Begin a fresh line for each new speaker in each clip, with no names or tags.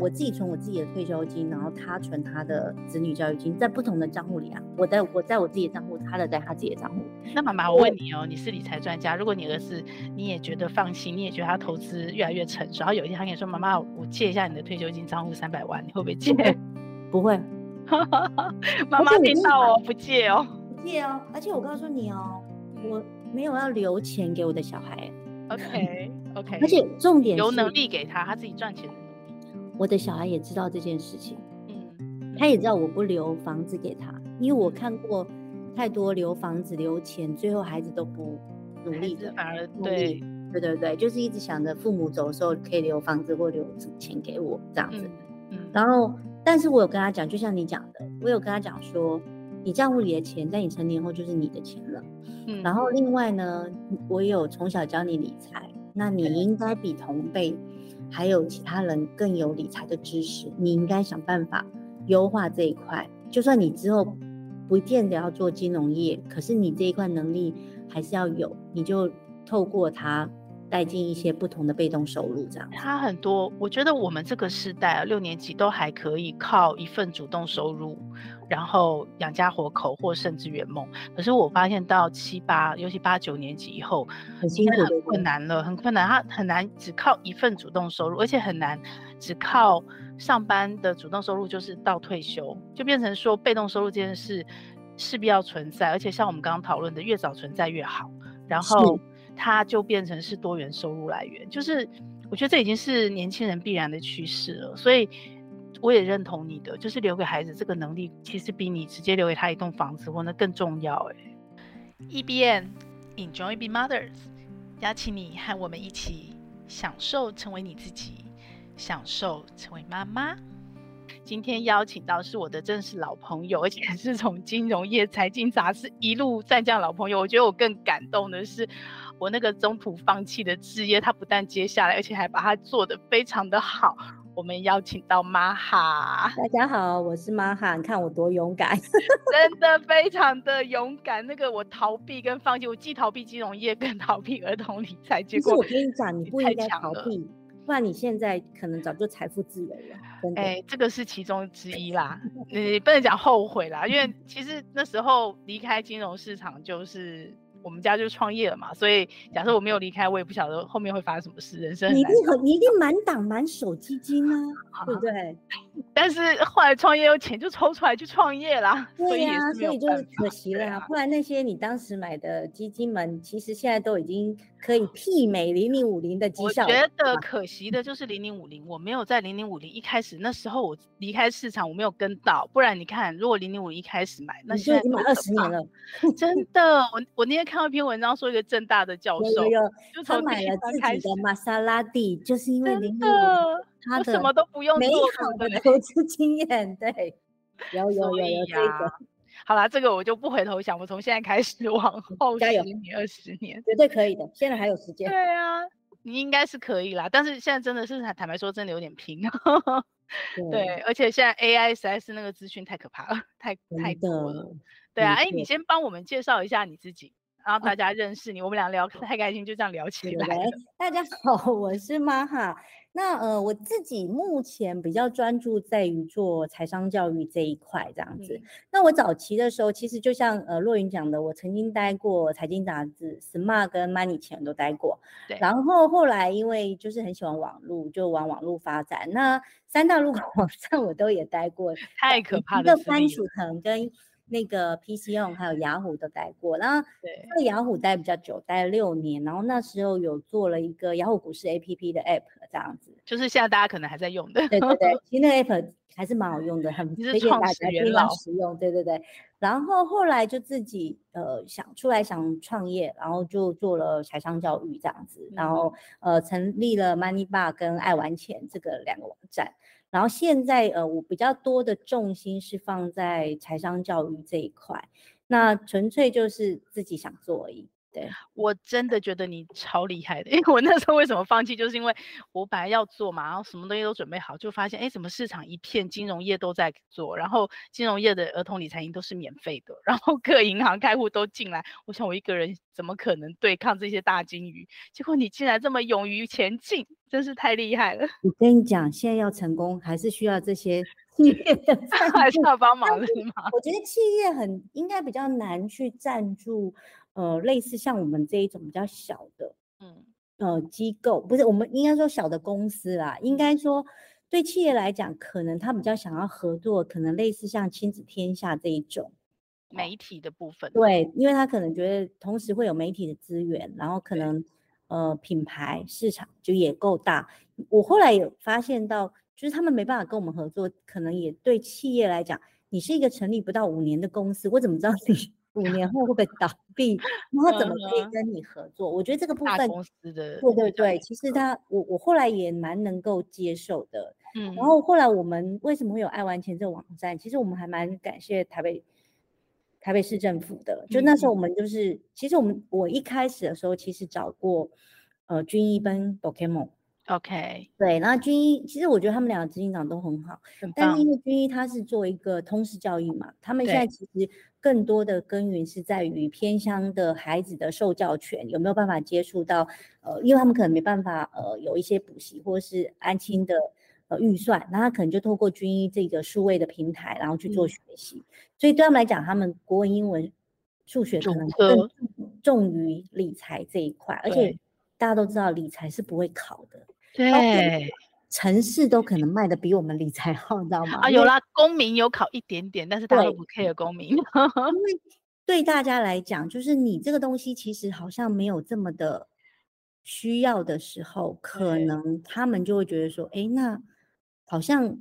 我自己存我自己的退休金，然后他存他的子女教育金，在不同的账户里啊，我在我在我自己的账户，他的在他自己的账户。
那妈妈，我问你哦，你是理财专家，如果你儿子你也觉得放心，你也觉得他投资越来越成熟，然后有一天他跟你说：“妈妈，我借一下你的退休金账户三百万，你会不 会借？”
不会
妈妈听到哦，不借哦。
不借哦，而且我告诉你哦，我没有要留钱给我的小孩，
OK OK，
而且重点
有
是
能力给他，他自己赚钱的能力。
我的小孩也知道这件事情。
嗯，
他也知道我不留房子给他，因为我看过太多留房子留钱，最后孩子都不努力
孩子
的。
反而
努
对
力，对对对，就是一直想着父母走的时候可以留房子或留钱给我这样子。
嗯嗯
然后，但是我有跟他讲，就像你讲的，我有跟他讲说，你账户里的钱在你成年后就是你的钱了。
嗯，
然后另外呢，我有从小教你理财，那你应该比同辈还有其他人更有理财的知识，你应该想办法优化这一块。就算你之后不见得要做金融业，可是你这一块能力还是要有，你就透过它带进一些不同的被动收入，这样子。
他很多，我觉得我们这个时代啊，六年级都还可以靠一份主动收入，然后养家活口或甚至圆梦。可是我发现到七八，尤其八九年级以后，
很
已
辛
经
苦
很
的
困难了，很困难，他很难只靠一份主动收入，而且很难只靠上班的主动收入，就是到退休，就变成说被动收入这件事势必要存在，而且像我们刚刚讨论的，越早存在越好，然
是
后它就变成是多元收入来源，就是我觉得这已经是年轻人必然的趋势了，所以。我也认同你的，就是留给孩子这个能力，其实比你直接留给他一栋房子或那更重要、欸。EBN
E
Enjoy Be Mothers，邀请你和我们一起享受成为你自己，享受成为妈妈。今天邀请到是我的真是老朋友，而且是从金融业、财经杂志一路战将老朋友。我觉得我更感动的是，我那个中途放弃的置业，他不但接下来，而且还把它做得非常的好。我们邀请到玛哈。
大家好，我是玛哈，你看我多勇 敢。
真的非常的勇敢。那个我逃避跟放弃，我既逃避金融业，更逃避儿童理财，结
其实我
果
跟你 讲，你不
太
应该
强
逃
了
避，不然你现在可能早就财富自由了。真的，
哎、这个是其中之 一啦。你不能讲后悔啦，因为其实那时候离开金融市场就是。我们家就创业了嘛，所以假设我没有离开，我也不晓得后面会发生什么事，人生很
你一
难
定很，你一定满档满手基 金啊，对不对？
但是后来创业有钱就抽出来去创业啦， 所
对
以也
呀、
是没
所
有
以就
办
是可
法
惜
对
了、啊，
啊
不然那些你当时买的基金们，其实现在都已经可以媲美零零五零的绩
我
效
觉
了。
得可惜的就是零零五零，我没有在零零五零一开始那时候我离开市场，我没有跟到，不然你看，如果零零五一开始买，那
你
现
就已经
在
买
多
二
可
十年
怕，
了，
真的。我我那天看到一篇文章，说一个正大的教
嗯有
授
有有，
就
他
从
买
第一
了
关
自
开
己
始，
的玛莎拉蒂，就是因为零零
真的，
五他
我
的
什么都不用
美
做，
好
对
的
不 对
投资经验， 对，有有
所
有有
以
这
呀、
个。
好啦，这个我就不回头想，我从现在开始 往后
嗯加
十
油
年、二十年。
绝对可以的，现在还有时间。
对啊，你应该是可以啦，但是现在真的是坦坦白说，真的有点拼。 对，而且现在 AI 实在是那个资讯太可怕了，太太
真
多了。
的，哦
对啊，
没
哎，你
错
先帮我们介绍一下你自己，然后大家认识你。我们俩聊 太开心，就这样聊起
对
来了。
喂大家好， 我是玛哈。那呃，我自己目前比较专注在于做财商教育这一块，这样子。
嗯
那我早期的时候，其实就像呃洛云讲的，我曾经待过财经杂志、Smart 跟 Money 前都待过。
对
然后后来因为就是很喜欢网络，就往网络发展。那三大入口 网站我都也待过，
太可怕
一
的
个
资
番
历了
薯藤跟那个 PC 用还有雅虎都待过。然后
对，
在雅虎待比较久，待了六年，然后那时候有做了一个雅虎股市 APP 的 app 这样子。
就是现在大家可能还在用的。
对对对，其实那个 app 还是蛮好用的，很
你是
推荐
创
大
始
家
元
非常
老
实用。对对对，然后后来就自己呃想出来想创业，然后就做了财商教育这样子，然
嗯
后呃成立了 Money Bar 跟爱玩钱这个两个网站。然后现在呃我比较多的重心是放在财商教育这一块，那纯粹就是自己想做而已。对，
我真的觉得你超厉害的，因为我那时候为什么放弃，就是因为我本来要做嘛，然后什么东西都准备好，就发现哎，诶怎么市场一片金融业都在做，然后金融业的儿童理财营都是免费的，然后各银行开户都进来，我想我一个人怎么可能对抗这些大金鱼？结果你竟然这么勇于前进，真是太厉害了，
我跟你讲，现在要成功还是需要这些 企业的赞
还是
助。
要 帮忙
但
的
是
嘛。
我觉得企业很应该比较难去赞助，呃，类似像我们这一种比较小的
嗯，
呃机构，不是我们应该说小的公司啦，应该说对企业来讲，可能他比较想要合作，可能类似像亲子天下这一种。
媒体的部分，
对，因为他可能觉得同时会有媒体的资源，然后可
对
能呃品牌市场就也够大。我后来有发现到，就是他们没办法跟我们合作，可能也对企业来讲，你是一个成立不到五年的公司，我怎么知道 你五年后会不会倒闭？然后怎么可
嗯
以
哼
跟你合作？我觉得这个部
大嗯
分，
公司的
对对
比较
对，
严
其实
格
他我我后来也蛮能够接受的，
嗯，
然后后来我们为什么会有爱玩钱这个网站？其实我们还蛮感谢台北台北市政府的。就
嗯
那时候
嗯
我们就是，其实我们我一开始的时候其实找过呃军医跟 Pokemon，
OK，
对，然后军医其实我觉得他们两个执行长都很好，
很
但是
棒
因，为军医他是做一个通识教育嘛，他们现
嗯对
在其实更多的耕耘是在于偏乡的孩子的受教权有没有办法接触到，呃，因为他们可能没办法呃有一些补习或是安亲的呃预算，那他可能就透过军医这个数位的平台，然后去做
嗯
学习，所以对他们来讲，他们国文、英文、数学可
主
能
科
更重重于理财这一块，而且
对
大家都知道理财是不会考的。
对。
城市都可能卖的比我们理财好，你知道吗？
嗯啊，
因
有
为
啦，公民有考一点点，但是大家都
对
不 care 公民。
因为对大家来讲，就是你这个东西其实好像没有这么的需要的时候，可
对
能他们就会觉得说，哎，那好像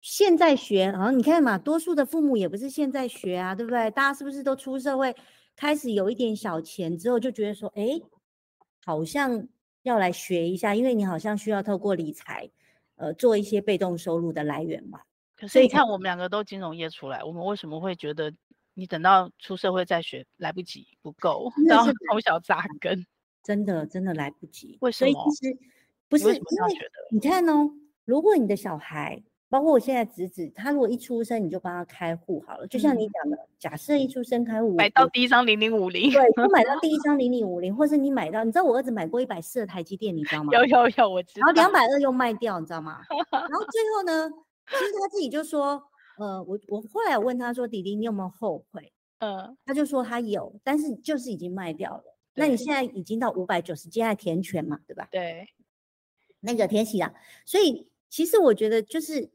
现在学，好像你看嘛，多数的父母也不是现在学啊，对不对？大家是不是都出社会，开始有一点小钱之后，就觉得说，哎，好像要来学一下，因为你好像需要透过理财，呃，做一些被动收入的来源嘛。
可是
所以
你
可
看，我们两个都金融业出来，我们为什么会觉得你等到出社会再学来不及，不够
真，的
然
是
后 从小扎根？
真的真的来不及。
为
所
什
以
么
其实不
你
是
为
因
什么这样
为
觉得？
你看哦，如果你的小孩，包括我现在侄子，他如果一出生你就帮他开户好了，就像你讲的，假设一出生开户，
嗯买
我
到
我
第一张零零五零，
对，就买到第一张零零五零，或是你买到，你知道我儿子买过一百四的台积电，你知道吗？
有有有，我知
然后
道
两。百二又卖掉，你知道 吗？然后最后呢，其实他自己就说，呃，我我后来我问他说，弟弟你有没有后悔？
嗯，
他就说他有，但是就是已经卖掉了。那你
对
现在已经到五百九十，现在填权嘛，对吧？
对，
那个天喜啦。所以其实我觉得，就是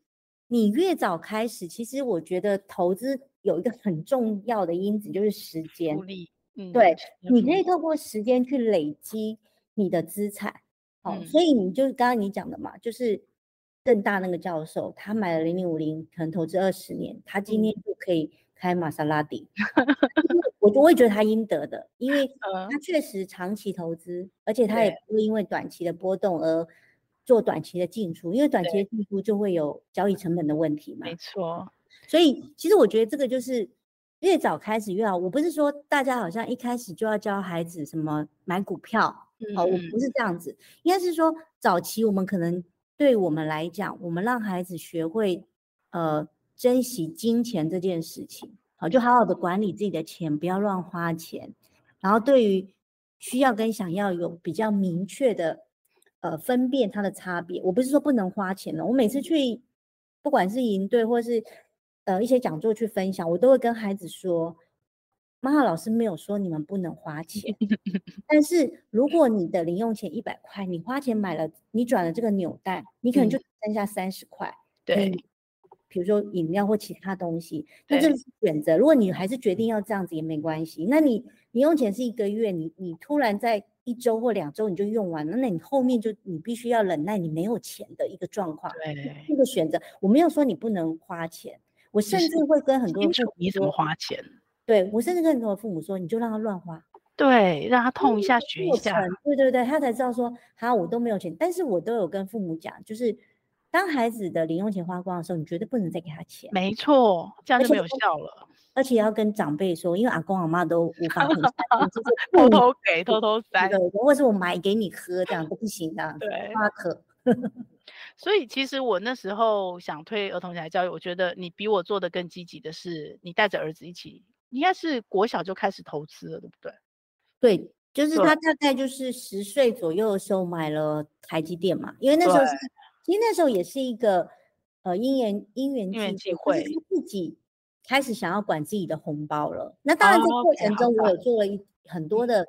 你越早开始，其实我觉得投资有一个很重要的因子就是时间
复，利，嗯，
对你
时间复
可以
利
透过时间去累积你的资产。好、
嗯
所以你就是刚刚你讲的嘛，就是更大那个教授，他买了零零五零，可能投资二十年，他今天就可以开玛莎拉蒂。 我我也觉得他应得的，因为
嗯
他确实长期投资，而且他也
对
不会因为短期的波动而做短期的进出，因为短期的进出就会有交易成本的问题嘛
没。错，
所以其实我觉得这个就是越早开始越好。我不是说大家好像一开始就要教孩子什么买股票，好，我
嗯
不是这样子，应该是说早期我们可能对我们来讲，我们让孩子学会呃珍惜金钱这件事情，好，就好好的管理自己的钱，不要乱花钱。然后对于需要跟想要有比较明确的呃分辨它的差别。我不是说不能花钱了，我每次去不管是营队或是呃一些讲座去分享，我都会跟孩子说，妈妈老师没有说你们不能花钱，但是如果你的零用钱一百块，你花钱买了你转了这个扭蛋，你可能就剩下三十块，可以
嗯对
比如说饮料或其他东西，那这
对
个是选择。如果你还是决定要这样子也没关系，那你你用钱是一个月，你你突然在一周或两周你就用完了，那你后面就你必须要忍耐你没有钱的一个状况，
对，
这个选择。我没有说你不能花钱，我
只
甚
是
至会跟很多
清
父
楚你
母
怎么
说，
花钱，
对我甚至跟很多父母说，你就让他乱花，
对，让
因
他
为
痛一下，
这个
学一
过
下，
程对对对，他才知道说，哈，我都没有钱，但是我都有跟父母讲，就是当孩子的零用钱花光的时候，你绝对不能再给他钱，
没错，这样
而
就
且
没有效了。
而且要跟长辈说，因为阿公阿妈都无法很善良 就是
偷
不能
偷给，偷偷塞，
的，或是我买给你喝，这样都不行 的，
对。
妈可
所以其实我那时候想推儿童家教育，我觉得你比我做的更积极的是，你带着儿子一起，应该是国小就开始投资了，对不对？
对，就是
对
他大概就是十岁左右的时候买了台积电嘛，因为那时候是，其实那时候也是一个呃因缘因缘
因缘
际
际
会，就是他自己开始想要管自己的红包了。那当然这
哦
过
，OK，
程
好嗯
中我
吧
有做了一很多的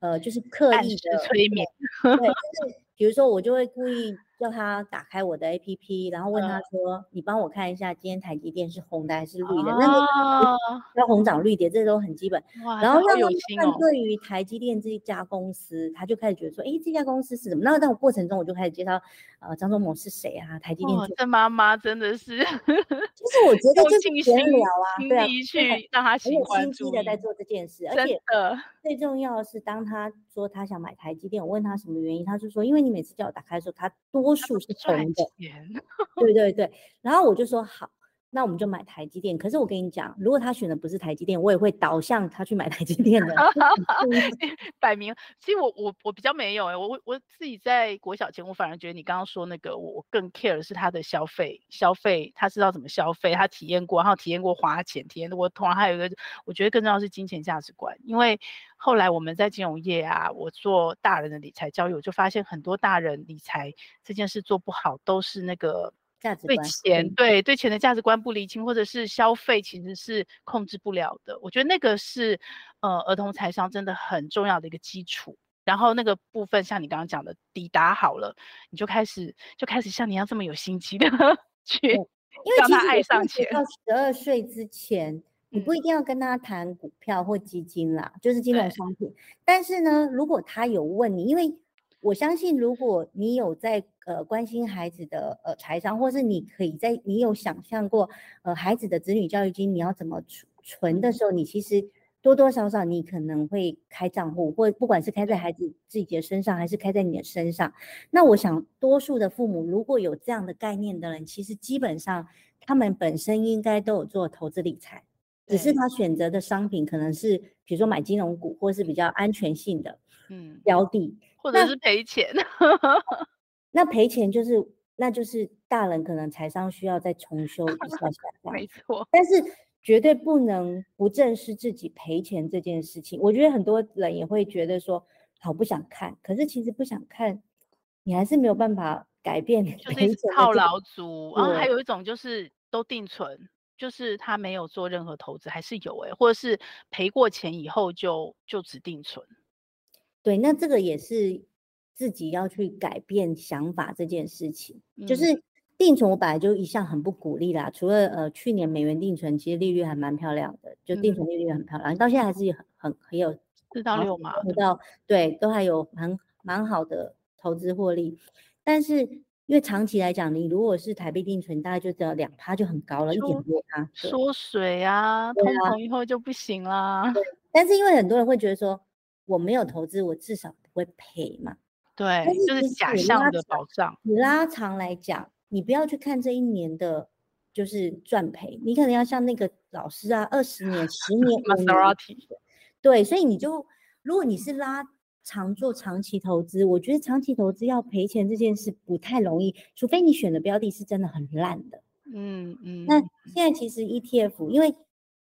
呃，就是刻
暗
意
示
的
催眠，
对，就是比如说我就会故意叫他打开我的 APP，然后问
嗯
他说：“你帮我看一下今天台积电是红的还是绿的？”那都
啊，
要红涨绿跌，这都很基本。
哇，
然后
这好
让
有
他
心
慢慢
哦，
对于台积电这一家公司，他就开始觉得说，诶，这家公司是什么？那在我过程中，我就开始介绍，呃，张忠谋是谁啊？台积电
哇
做，，
这妈妈真的是 用
其实我觉得就是
尽心
闲聊啊，
心
对啊，
力
就很
去让他
很
喜
有
欢
心机
注
的在
意，
做这件事，而
真
且
的
最重要的是，当他说他想买台积电，我问他什么原因，他就说，因为你每次叫我打开的时候，它多数是
赚
红的，
钱，
对 对对，然后我就说好，那我们就买台积电。可是我跟你讲，如果他选的不是台积电，我也会导向他去买台积电的。
摆明，其实我我我比较没有哎、我我我自己在国小前，我反而觉得你刚刚说那个，我我更 care 的是他的消费，消费他知道怎么消费，他体验过，然后体验过花钱，体验过，同然还有一个，我觉得更重要是金钱价值观，因为后来我们在金融业啊，我做大人的理财教育，我就发现很多大人理财这件事做不好，都是那个
价值
对
观，
钱对对钱的价值观不理清，或者是消费其实是控制不了的。我觉得那个是呃儿童财商真的很重要的一个基础。然后那个部分像你刚刚讲的，抵达好了，你就开始就开始像你一样这么有心 机的去
因为
让
其
他
实
爱
我
上
真的觉得
钱嗯
到十二岁之前，你不一定要跟他谈股票或基金啦，就是金融
对
商品。但是呢，如果他有问你，因为我相信，如果你有在呃关心孩子的呃财商，或是你可以在你有想象过呃孩子的子女教育金你要怎么存存的时候，你其实多多少少你可能会开账户，或不管是开在孩子自己的身上，还是开在你的身上。那我想，多数的父母如果有这样的概念的人，其实基本上他们本身应该都有做投资理财，只是
对
他选择的商品可能是比如说买金融股，或是比较安全性的
嗯，
标的。
或
那
者是赔钱，
那赔钱就是，那就是大人可能财商需要再重修一下下这样
没错，
但是绝对不能不正视自己赔钱这件事情。我觉得很多人也会觉得说，好不想看，可是其实不想看，你还是没有办法改变你
就是一
赔
直
钱的
套
这个
牢族。然后还
对
有一种就是都定存，就是他没有做任何投资，还是有哎、或者是赔过钱以后就就只定存。
对，那这个也是自己要去改变想法这件事情。就
嗯
是定存，我本来就一向很不鼓励啦。除了呃去年美元定存，其实利率还蛮漂亮的，就定存利率很漂亮，到现在还是很很很有
四到
好
六嘛，
得到对，都还有蛮蛮好的投资获利。但是因为长期来讲，你如果是台币定存，大概就只要两趴就很高了，一点
就
多趴。对
缩水啊，
对
通膨以后就不行啦。
但是因为很多人会觉得说，我没有投资，我至少不会赔嘛。
对，
是
就是
其实
假
你
象
拉
的
长
保障。
你拉长来讲，你不要去看这一年的，就是赚赔，你可能要像那个老师啊，二十年、十 年、五年，
Maserati，
对，所以你就如果你是拉长做长期投资，我觉得长期投资要赔钱这件事不太容易，除非你选的标的是真的很烂的。
嗯嗯，
那现在其实 ETF，因为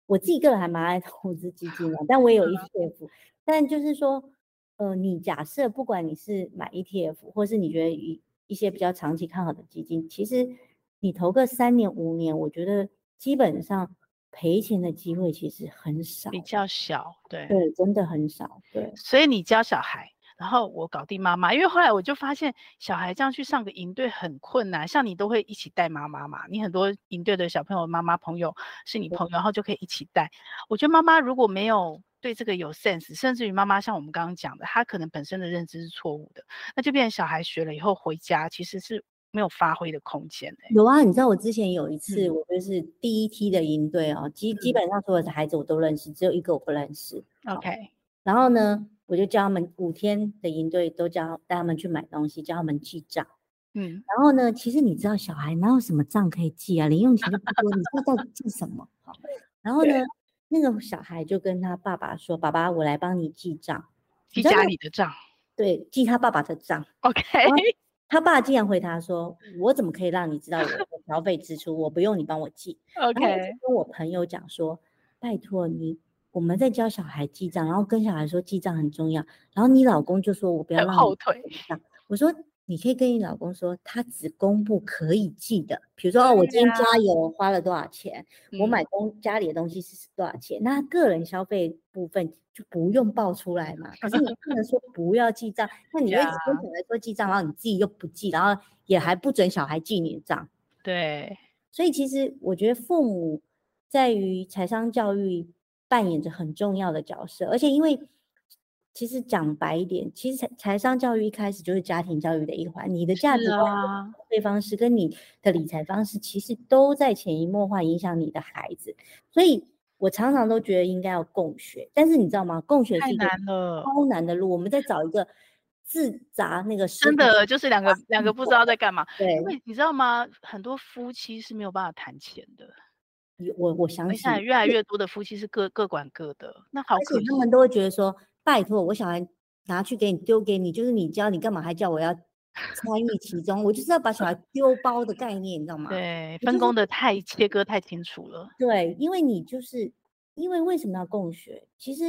我自己个人还蛮爱投资基金的，但我 也有 ETF，但就是说，呃，你假设不管你是买 ETF，或是你觉得一一些比较长期看好的基金，其实你投个三年五年，我觉得基本上赔钱的机会其实很少，
比较小，对。
对，真的很少，对。
所以你教小孩，然后我搞定妈妈，因为后来我就发现小孩这样去上个营队很困难，像你都会一起带妈妈嘛，你很多营队的小朋友妈妈朋友是你朋友，然后就可以一起带。我觉得妈妈如果没有对这个有 sense，甚至于妈妈像我们刚刚讲的，她可能本身的认知是错误的，那就变成小孩学了以后回家其实是没有发挥的空间的、
有啊，你知道我之前有一次，
嗯
我就是第一梯的营队哦，基基
嗯
本上所有的孩子我都认识，只有一个我不认识。好
OK，
然后呢，我就叫他们五天的营队都叫带他们去买东西，叫他们记账。
嗯，
然后呢，其实你知道小孩哪有什么账可以记啊，零用钱就不多，你这到底记什么？好，然后呢，那个小孩就跟他爸爸说：“爸爸，我来帮你记账。
记
知道那
家里的账。”
对，记他爸爸的账。
OK，
他爸竟然回答说：“我怎么可以让你知道我 的消费支出？我不用你帮我记。”然后我就
OK，
跟我朋友讲说：“拜托你，我们在教小孩记账，然后跟小孩说记账很重要。然后你老公就说我不要
很
让
后
你
退。
记账。我说你可以跟你老公说，他只公布可以记的，比如说哦，我今天加油花了多少钱，我
嗯
买东家里的东西是多少钱，那个人消费部分就不用报出来嘛。可是你不能说不要记账，那你就一直跟小孩说记账，然后你自己又不记，然后也还不准小孩记你的账。
对，
所以其实我觉得父母在于财商教育扮演着很重要的角色，而且因为其实讲白一点，其实财财商教育一开始就是家庭教育的一环，你的价值
是
观、
啊，
消费方式跟你的理财方式，其实都在潜移默化影响你的孩子，所以。我常常都觉得应该要共学，但是你知道吗？共学
太
是一个
难了。
超难的路，我们在找一个自砸那个石
真
头
的就是两个两个不知道在干嘛，因
对，
为你知道吗？很多夫妻是没有办法谈钱的，
我我相
而
信
且越来越多的夫妻是各各管各的，那好
而且
可惜
他。们都会觉得说，拜托，我小孩拿去给你丢给你，就是你教你干嘛还叫我要参与其中？我就是要把小孩丢包的概念，你知道吗？
啊对，
我就
分
是
工的太切割太清楚了。
对，因为你就是因为为什么要共学？其实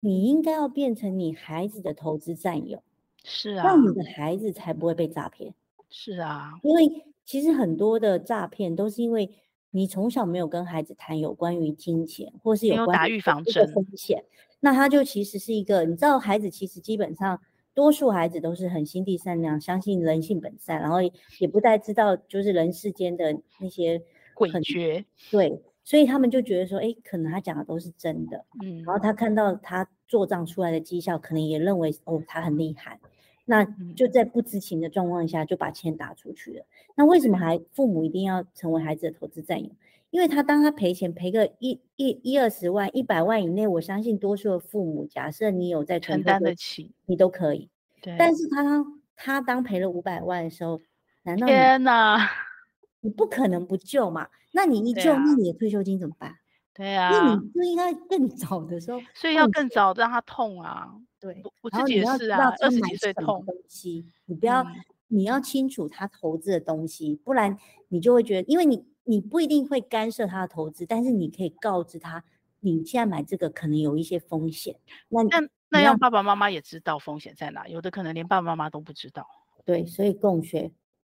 你应该要变成你孩子的投资战友，
是啊，
让你的孩子才不会被诈骗。
是啊，
因为其实很多的诈骗都是因为你从小没有跟孩子谈有关于金钱，或是有
没有
关
打
于
预
投
防
资的
针
风险，那他就其实是一个，你知道，孩子其实基本上多数孩子都是很心地善良，相信人性本善，然后也也不太知道就是人世间的那些
诡
很
谲，
对，所以他们就觉得说，哎，可能他讲的都是真的，
嗯，
然后他看到他做账出来的绩效，可能也认为哦他很厉害，那
嗯
就在不知情的状况下就把钱打出去了。那为什么还
嗯
父母一定要成为孩子的投资战友？因为他当他赔钱赔个一一一二十万、一百万以内，我相信多数的父母，假设你有在
承
存
担
退休，
得起。
你都可以。
对，
但是他当他当赔了五百万的时候，难道你
天哪，
你不可能不救嘛？那你一
对
救，
啊
那你的退休金怎么办？
对
那
啊，
你就应该更早的时候，
所以
让
要
你
更早让他痛啊。
对，
我我
然
自
后
己
你
也
要
是
知道
啊，
他
二十
买
几岁
什么
痛，
东西，你不要，
嗯
你要清楚他投资的东西，不然你就会觉得，因为你你不一定会干涉他的投资，但是你可以告知他，你现在买这个可能有一些风险。那你
但那
要
让爸爸妈妈也知道风险在哪，有的可能连爸爸妈妈都不知道，
对，所以共学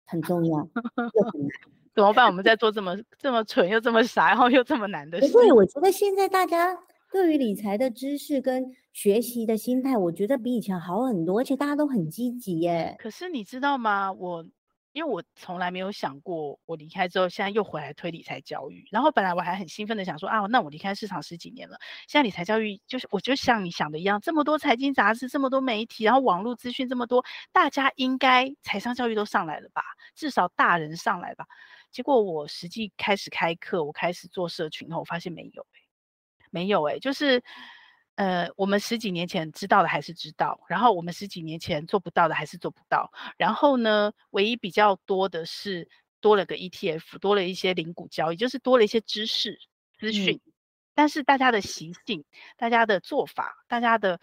很重要，又很 难。
怎么办？我们在做这么这么蠢又这么傻，然后又这么难的
不
事。
会，哎我觉得现在大家对于理财的知识跟学习的心态，我觉得比以前好很多，而且大家都很积极耶。
可是你知道吗？我因为我从来没有想过，我离开之后，现在又回来推理财教育。然后本来我还很兴奋的想说啊，那我离开市场十几年了，现在理财教育就是我就像你想的一样，这么多财经杂志，这么多媒体，然后网络资讯这么多，大家应该财商教育都上来了吧？至少大人上来吧。结果我实际开始开课，我开始做社群后，我发现没有、欸，没有哎、就是呃，我们十几年前知道的还是知道，然后我们十几年前做不到的还是做不到，然后呢，唯一比较多的是多了个 ETF，多了一些零股交易，就是多了一些知识资
嗯
讯，但是大家的习性、大家的做法、大家的。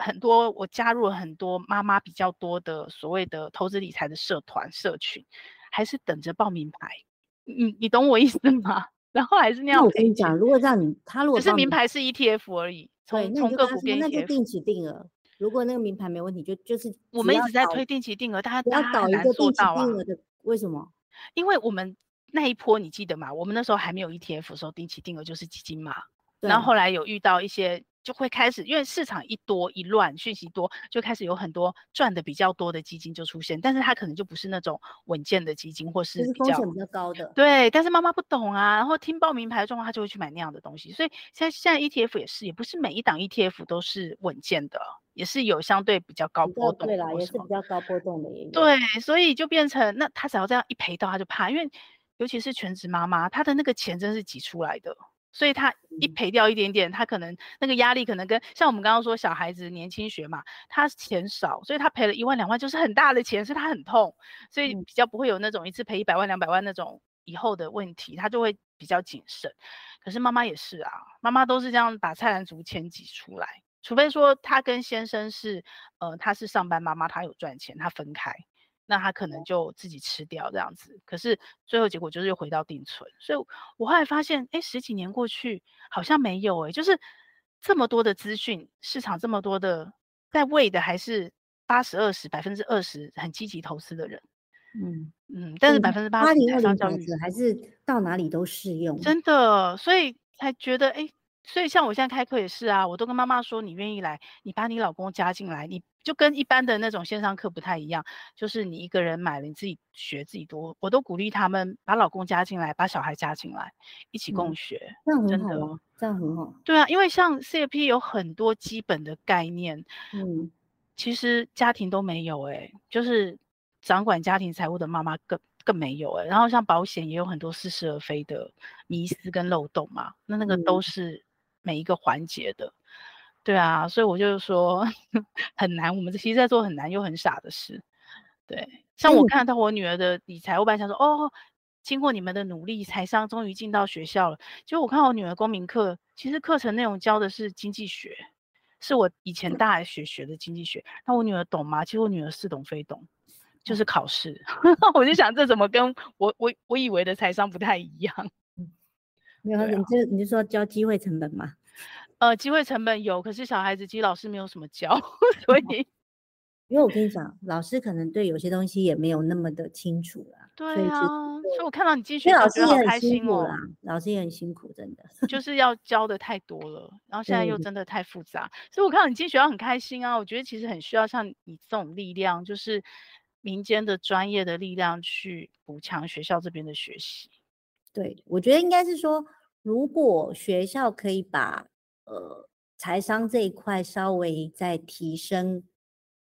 很多我加入了很多妈妈比较多的所谓的投资理财的社团社群，还是等着报名牌，你你懂我意思吗？然后还是那样
那我
赔
跟你
钱
讲，如果让你他如果
只是
帮
名
你
牌是 ETF 而已，
对，
从
那你就
哦从
跟
个
他
股
说，
变 E
那就
ETF。
定期定额。如果那个名牌没问题，就就是
我
只
们一
要
直在
搞
推定期定额，但
只
大
要
家
搞
很
一
难
个
做
定期
到啊
定，额的，为什么？
因为我们那一波你记得吗？我们那时候还没有 ETF 的时候，定期定额就是基金嘛。
对，
然后后来有遇到一些，就会开始因为市场一多一乱，讯息多，就开始有很多赚的比较多的基金就出现，但是它可能就不是那种稳健的基金，或是
就是
比
风
较
险比较高的。
对，但是妈妈不懂啊，然后听报名牌的状况，她就会去买那样的东西。所以现在现在 ETF 也是，也不是每一档 ETF 都是稳健的，也是有相对比较高
比较
波动
对啦，
或
也
什
是
么
比较高波动的也有。，
对，所以就变成那她只要这样一赔到，她就怕，因为尤其是全职妈妈，她的那个钱真是挤出来的，所以他
嗯
一赔掉一点点，他可能那个压力可能跟像我们刚刚说小孩子年轻学嘛，他钱少，所以他赔了一万两万就是很大的钱，所以他很痛，所以
嗯
比较不会有那种一次赔一百万两百万那种以后的问题，他就会比较谨慎。可是妈妈也是啊，妈妈都是这样把菜篮子钱挤出来，除非说她跟先生是呃她是上班妈妈，她有赚钱，她分开。那他可
哦
能就自己吃掉这样子。可是最后结果就是又回到定存，所以我后来发现，哎，十几年过去好像没有哎、就是这么多的资讯，市场这么多的在喂的还是八十二十百分之二十很积极投资的人，
嗯，
嗯，但是百分之八
八
十
零
财
二
商
零
教
法
育
则还是到哪里都适用。
真的，所以才觉得哎。诶所以像我现在开课也是啊，我都跟妈妈说，你愿意来，你把你老公加进来，你就跟一般的那种线上课不太一样，就是你一个人买了，你自己学自己多。我都鼓励他们把老公加进来，把小孩加进来，一起共
嗯
学。
这样
真
很好
的
啊，这样很好。
对啊，因为像 CFP 有很多基本的概念，
嗯，
其实家庭都没有哎、就是掌管家庭财务的妈妈更更没有哎、然后像保险也有很多似是而非的迷思跟漏洞嘛，那那个都是每一个环节的。对啊，所以我就说 很难，我们其实在做很难又很傻的事。对，像
哎
我
你
看到我女儿的理财，我本来想说，哦，经过你们的努力，财商终于进到学校了。结果我看我女儿公民课，其实课程内容教的是经济学，是我以前大学学的经济学。那我女儿懂吗？其实我女儿似懂非懂，就是考试。 我就想，这怎么跟我我我以为的财商不太一样？
没有，啊
对啊
你就你就说交机会成本嘛。
呃，机会成本有，可是小孩子其实老师没有什么教，
哦
所以
因为我跟你讲，老师可能对有些东西也没有那么的清楚啦。所以
对
其实
啊，所以我看到你进
因
学
为
校，
老
我
师
觉得
也
好
很
开
辛
心
苦
哦
啦。，老师也很辛苦，真的。
就是要教的太多了，然后现在又
对
真的太复杂，所以我看到你进学校很开心啊，我觉得其实很需要像你这种力量，就是民间的专业的力量去补强学校这边的学习。
对，我觉得应该是说，如果学校可以把呃财商这一块稍微再提升，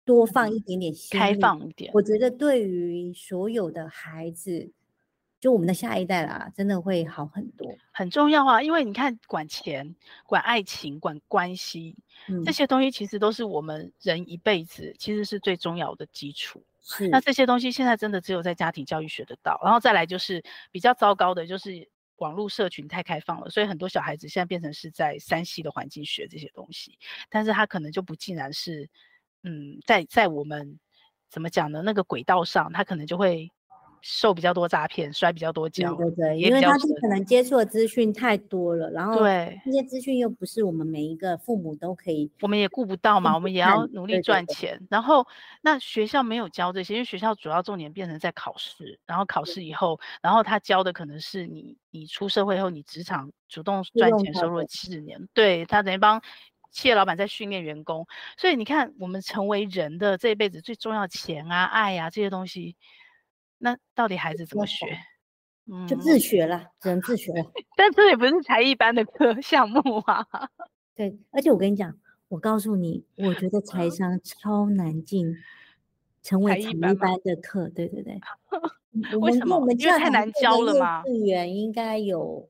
多放一点点心
嗯开
力
放一点，
我觉得对于所有的孩子，就我们的下一代啦，真的会好很多。
很重要啊，因为你看，管钱、管爱情、管关系，
嗯
这，些东西其实都是我们人一辈子其实是最重要的基础。
是嗯
那这些东西现在真的只有在家庭教育学得到，然后再来就是比较糟糕的，就是网络社群太开放了，所以很多小孩子现在变成是在山西的环境学这些东西，但是他可能就不尽然是，嗯，在在我们怎么讲呢？那个轨道上，他可能就会受比较多诈骗，摔比较多
对
跤，
对对，
也
因为
比较
他就
深
可能接触的资讯太多了，然后
对
这些资讯又不是我们每一个父母都可以。
我们也顾不到嘛，
顾
我们
不
也
上
要努
嗯对
力
对
赚
对
钱。然后那学校没有教这些，因为学校主要重点变成在考试，然后考试以后，然后他教的可能是你你出社会后你职场主动赚
用
钱
它
收入的
的
技能，对他等于帮。企业老板在训练员工，所以你看，我们成为人的这一辈子最重要钱啊、爱呀、啊、这些东西，那到底孩子怎么
要
学？嗯，
就自学了，只能自学了。
但这也不是才艺班的科 项目啊。
对，而且我跟你讲，我告诉你，我觉得财
嗯
商超难进，成为
才艺
才
班
艺
吗
班的课。对对 对，我
为
们
什
跟我
么
们
因为
教
太
堂
难
这
教
个
了
幼
吗
稚园应该有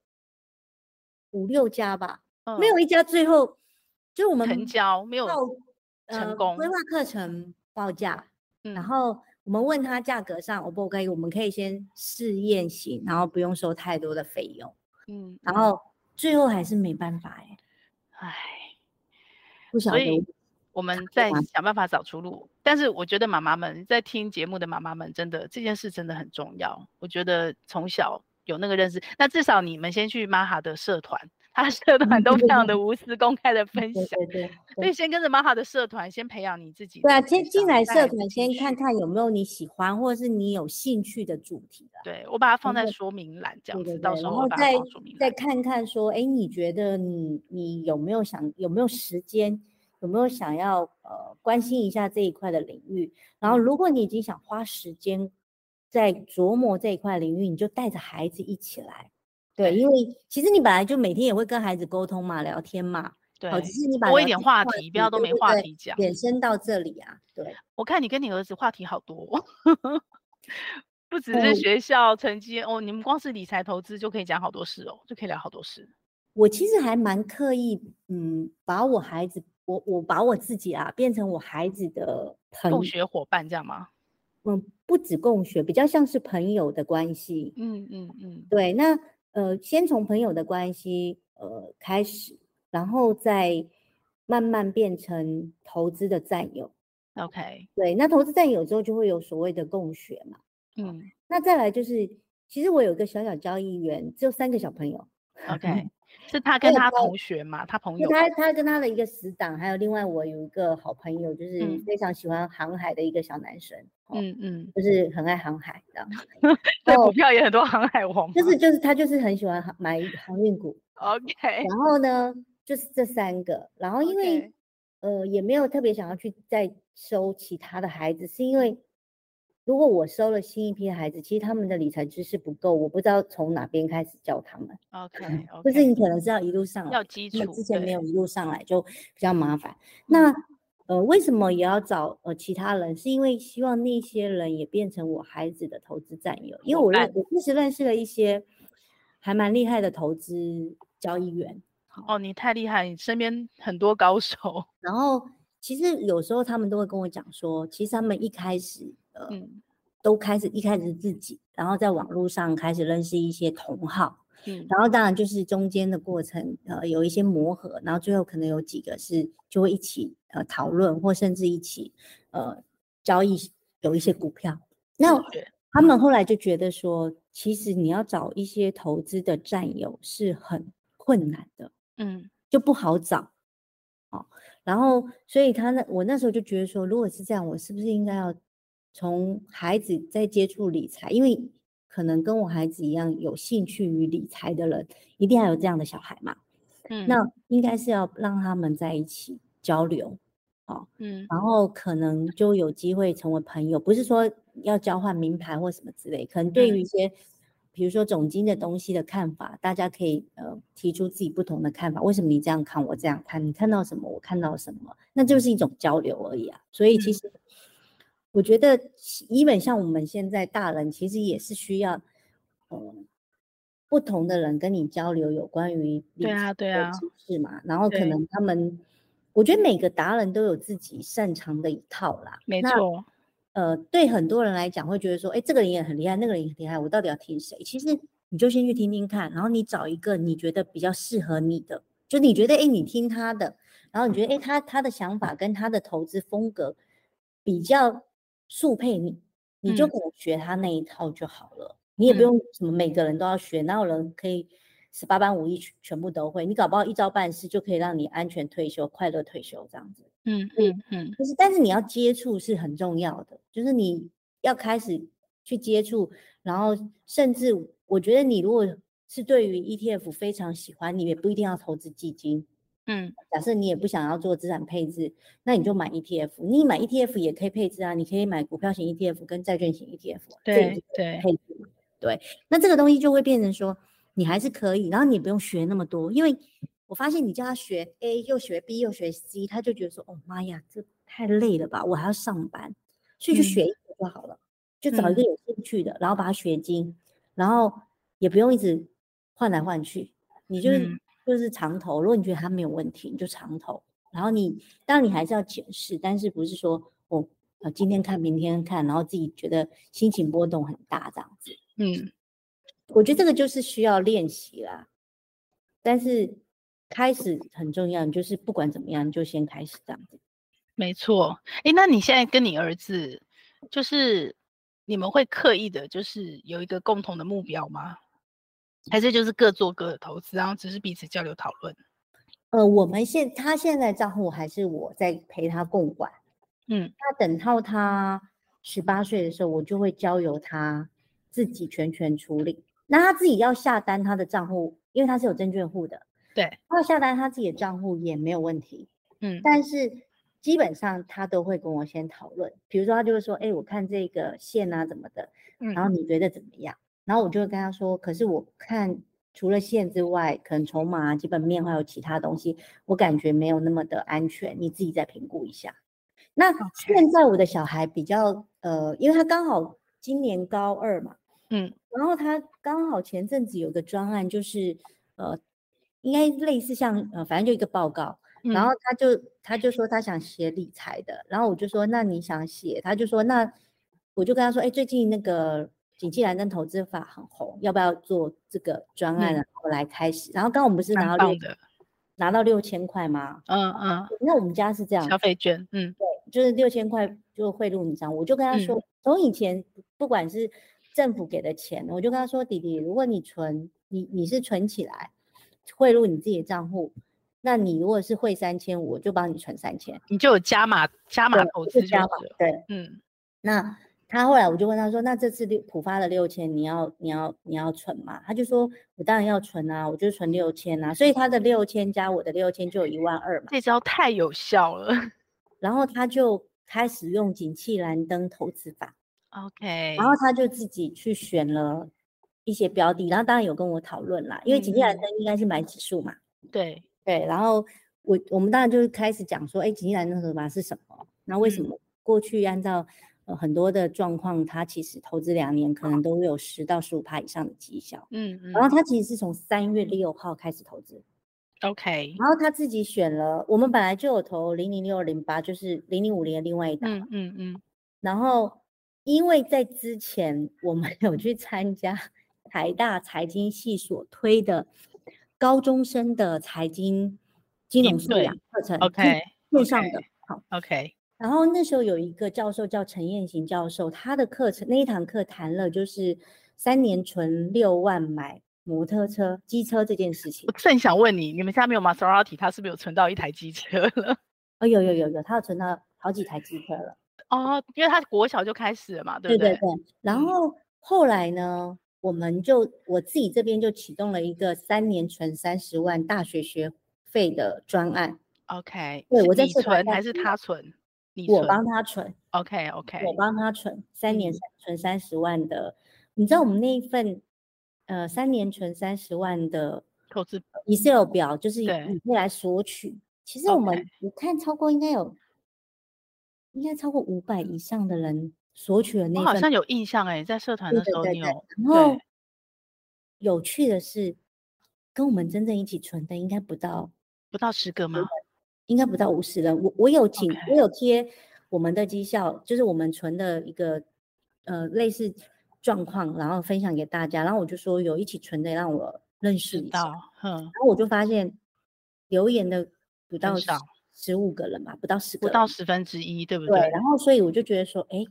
五六家吧，
嗯
没有一家最后就是我们
成交，没有
报
成
呃
功
规划课程报价，
嗯
然后我们问他价格上 O 不 OK，我们可以先试验型，然后不用收太多的费用，
嗯，
然
嗯
后最后还是没办法哎、
唉，
不晓
所
得
以我们在
完
想办法找出路。但是我觉得妈妈们在听节目的妈妈们，真的这件事真的很重要。我觉得从小有那个认识，那至少你们先去玛哈的社团，他的
嗯
社团都非常的无私公开的分享
对。对对。
所
对
以先跟着玛哈的社团，先培养你自己的
对啊，
思
先进
想
来
再
社
来
团，
进
先看
去。
看有没有你喜欢或者是你有兴趣的主题啦。
对，我把它放
然
在
后
说明栏这
对
样
对
子，
对，
到时
然
候我
后
把它
再
放说明
再
栏。
看看说，哎，你觉得你你有没有想有没有时间，有没有想要呃关心一下这一块的领域？然后
嗯
如果你已经想花时间在琢磨这一块领域，你就带着孩子一起来。对，
对
因为其实你本来就每天也会跟孩子沟通嘛，聊天嘛，
对
好，，只是你把
多一
聊
点
天
话题，不要都
对
没
对
话
对
题讲。
衍生到这里啊，对。
我看你跟你儿子话题好多、哦，不只
哦
是学校成绩哦，你们光是理财投资就可以讲好多事哦，就可以聊好多事。
我其实还蛮刻意，嗯，把我孩子，我我把我自己啊，变成我孩子的朋
共学伙伴这样吗？
嗯，不止共学，比较像是朋友的关系。
嗯嗯嗯，
对，那呃，先从朋友的关系呃开始，然后再慢慢变成投资的战友。
，OK，
对，那投资战友之后就会有所谓的共学嘛。
嗯
那再来就是，其实我有个小小交易员，只有三个小朋友，
，OK，是他跟
有
他
高
同学嘛，他朋
就
友
他他跟他的一个死党，还有另外我有一个好朋友，就是
嗯
非常喜欢航海的一个小男生，哦
嗯嗯，
就是很爱航海 的，
对，股
哦
票也很多航海王嘛，
就是就是他就是很喜欢航买航运股，
OK，
然后呢就是这三个，然后因为
OK
呃也没有特别想要去再收其他的孩子，是因为如果我收了新一批的孩子，其实他们的理财知识不够，我不知道从哪边开始教他们。
OK
就
OK，
是你可能是要一路上来
要，基
那
础，
之前没
对嗯
有一路上来就比较麻烦。那呃，为什么也要找呃其他人？是因为希望那些人也变成我孩子的投资战友，因为
伙
我认
伴
我确实认识了一些还蛮厉害的投资交易员，
哦，你太厉害，你身边很多 高手，
然后其实有时候他们都会跟我讲说，其实他们一开始呃、
嗯
都开始一开始是自己，然后在网络上开始认识一些同好，
嗯
然后当然就是中间的过程，呃，有一些磨合，然后最后可能有几个是就会一起呃讨论，或甚至一起呃交易有一些股票。那
自学
他们后来就觉得说，其实你要找一些投资的战友是很困难的，
嗯
就不好找。哦，然后所以他那我那时候就觉得说，如果是这样，我是不是应该要从孩子在接触理财？因为可能跟我孩子一样有兴趣于理财的人，一定要有这样的小孩嘛。
嗯，
那应该是要让他们在一起交流，
嗯
然后可能就有机会成为朋友。不是说要交换名牌或什么之类，可能
嗯
对于一些。比如说总经的东西的看法，大家可以呃提出自己不同的看法。为什么你这样看，我这样看？你看到什么，我看到什么？那
嗯
就是一种交流而已啊。所以其实我觉得，基本像我们现在大人，其实也是需要呃不同的人跟你交流有关于理
对啊
财
对
的
啊
知识嘛。然后可
对
能他们，我觉得每个达人都有自己擅长的一套啦。
没
那
错，
呃，对很多人来讲会觉得说，哎，这个人也很厉害，那个人也很厉害，我到底要听谁？其实你就先去听听看，然后你找一个你觉得比较适合你的，就你觉得，哎，你听他的，然后你觉得，哎，他他的想法跟他的投资风格比较速配你，你就
嗯
可能学他那一套就好了，你也不
嗯
用什么每个人都要学，哪有人可以十八般武艺全全部都会？你搞不好一招半式就可以让你安全退休、快乐退休这样子。
嗯
以
嗯嗯
就是，但是你要接触是很重要的，就是你要开始去接触，然后甚至我觉得你如果是对于 ETF 非常喜欢，你也不一定要投资基金。
嗯，
假设你也不想要做资产配置，那你就买 ETF。你买 ETF 也可以配置啊，你可以买股票型 ETF 跟债券型 E ETF，这啊也
对
是
对
配置嘛。对，那这个东西就会变成说，你还是可以，然后你也不用学那么多，因为我发现你叫他学 A 又学 B 又学 C，他就觉得说，哦妈呀，这太累了吧，我还要上班，所以就
嗯
学一个就好了，就找一个有兴趣的，然后把它学精，然后也不用一直换来换去，你就是、
嗯
就是长头，如果你觉得它没有问题，你就长头。然后你当然你还是要检视，但是不是说我、哦、呃今天看明天看，然后自己觉得心情波动很大这样子。
嗯，
我觉得这个就是需要练习啦。但是开始很重要，你就是不管怎么样，你就先开始这样子。
没错。诶，那你现在跟你儿子，就是你们会刻意的，就是有一个共同的目标吗？还是就是各做各的投资，然后只是彼此交流讨论？
呃，我们现他现在账户还是我在陪他共管。
嗯
那等到他十八岁的时候，我就会交由他自己全权处理。那他自己要下单他的账户，因为他是有证券户的，
对，
他要下单他自己的账户也没有问题。
嗯
但是基本上他都会跟我先讨论，比如说他就会说：“哎、我看这个线啊怎么的，
嗯
然后你觉得怎么样？”然后我就会跟他说：“可是我看除了线之外，可能筹码啊、基本面还有其他东西，我感觉没有那么的安全，你自己再评估一下。”那
OK
现在我的小孩比较呃，因为他刚好今年高二嘛，
嗯
然后他刚好前阵子有个专案，就是呃，应该类似像呃，反正就一个报告。然
嗯
后他就他就说他想写理财的，然后我就说那你想写，他就说那我就跟他说，哎，最近那个景气蓝灯投资法很红，要不要做这个专案啊，
嗯
然后来开始？然后刚刚我们不是
蛮
拿到
棒
六
的
拿到六千块吗？
嗯嗯，
那我们家是这样
消，费券，嗯
就是六千块就贿赂你这样，我就跟他说，从以前不管是政府给的钱，我就跟他说，弟弟，如果你存，你你是存起来汇入你自己的账户，那你如果是汇三千，我就帮你存三千，
你就有加码加码
对
投
就
资
是
就
加
是
嘛
了，
对，
嗯
那他后来我就问他说，那这次六浦发的六千，你要你要你要存吗？他就说，我当然要存啊，我就存六千啊，所以他的六千加我的六千就有一万二嘛。
这招太有效了。
然后他就开始用景气蓝灯投资法，
OK，
然后他就自己去选了一些标的，然后当然有跟我讨论啦，因为景气蓝
嗯嗯
灯应该是买指数嘛，
对，
对，然后我我们当然就是开始讲说，哎，景气蓝灯合法是什么？那为什
嗯
么过去按照呃很多的状况，它其实投资两年可能都会有十到十五趴以上的绩效。
嗯嗯
然后他其实是从三月六号开始投资，
嗯，OK，
然后他自己选了，我们本来就有投零零六零八，就是零零五零的另外一档嘛，
嗯嗯嗯，
然后，因为在之前我们有去参加 台大财经系所推的高中生的财经金
营
融素养
队
课程是
OK，
线上的
OK。OK，
然后那时候有一个教授叫陈燕行教授，他的课程那一堂课谈了就是三年存六万买摩托车、机车这件事情
我。正想问你，你们下面有玛莎拉蒂，它是不是有存到一台机车 了？
哦，有有有有，他有存到好几台机车了。
哦，因为它国小就开始了嘛，
对
不对？
对。然
嗯
后后来呢，我们就我自己这边就启动了一个三年存三十万大学学费的专案，
OK，
对
是
我在
你
社团
存
上
还是
是
他存？你
我
存
帮他存，
OK OK，
我帮他存，三年
嗯
存三十万的，你知道我们那一份呃三年存三十万的呃
投资
Excel 表，就是你
对
你可以来索取。其实我们
OK
我看超过应该有，应该超过五百以上的人索取了那
我
份
好像有印象哎、在社团
对
的时
对
候
对
你
对
有
然后有趣的是，跟我们真正一起存的应该不到，
不到十个吗？
应该不到五十人。我我有请
OK
我有贴我们的绩效，就是我们存的一个呃类似状况，然后分享给大家。然后我就说有一起存的，让我认识
知
一下。然
道，嗯，
后我就发现留言的不到
少
十五个人嘛，不到十个
不
人
到十分之一，对不
对，然后所以我就觉得说，哎，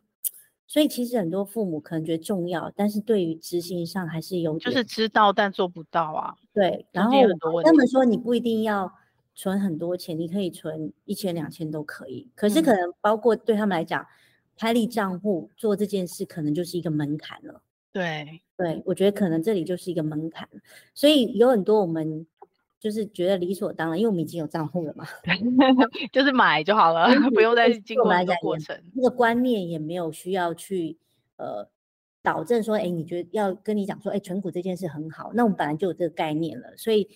所以其实很多父母可能觉得重要，但是对于执行上还是有
就
点
是知道但做不到啊。
对，然
中
后
间有很
我
多
跟
问
他们说，你不一定要存很多钱，你可以存一千、两千都可以。可是可
嗯
能包括对他们来讲，开立账户做这件事，可能就是一个门槛了。
对，
对，我觉得可能这里就是一个门槛，所以有很多我们就是觉得理所当然，因为我们已经有账户了嘛，
就是买就好了，不用再
对
经
对我
过
们
那
来
个
讲
过
也
程。
那个观念也没有需要去呃导正说，哎，你觉得要跟你讲说，哎，存股这件事很好，那我们本来就有这个概念了，所以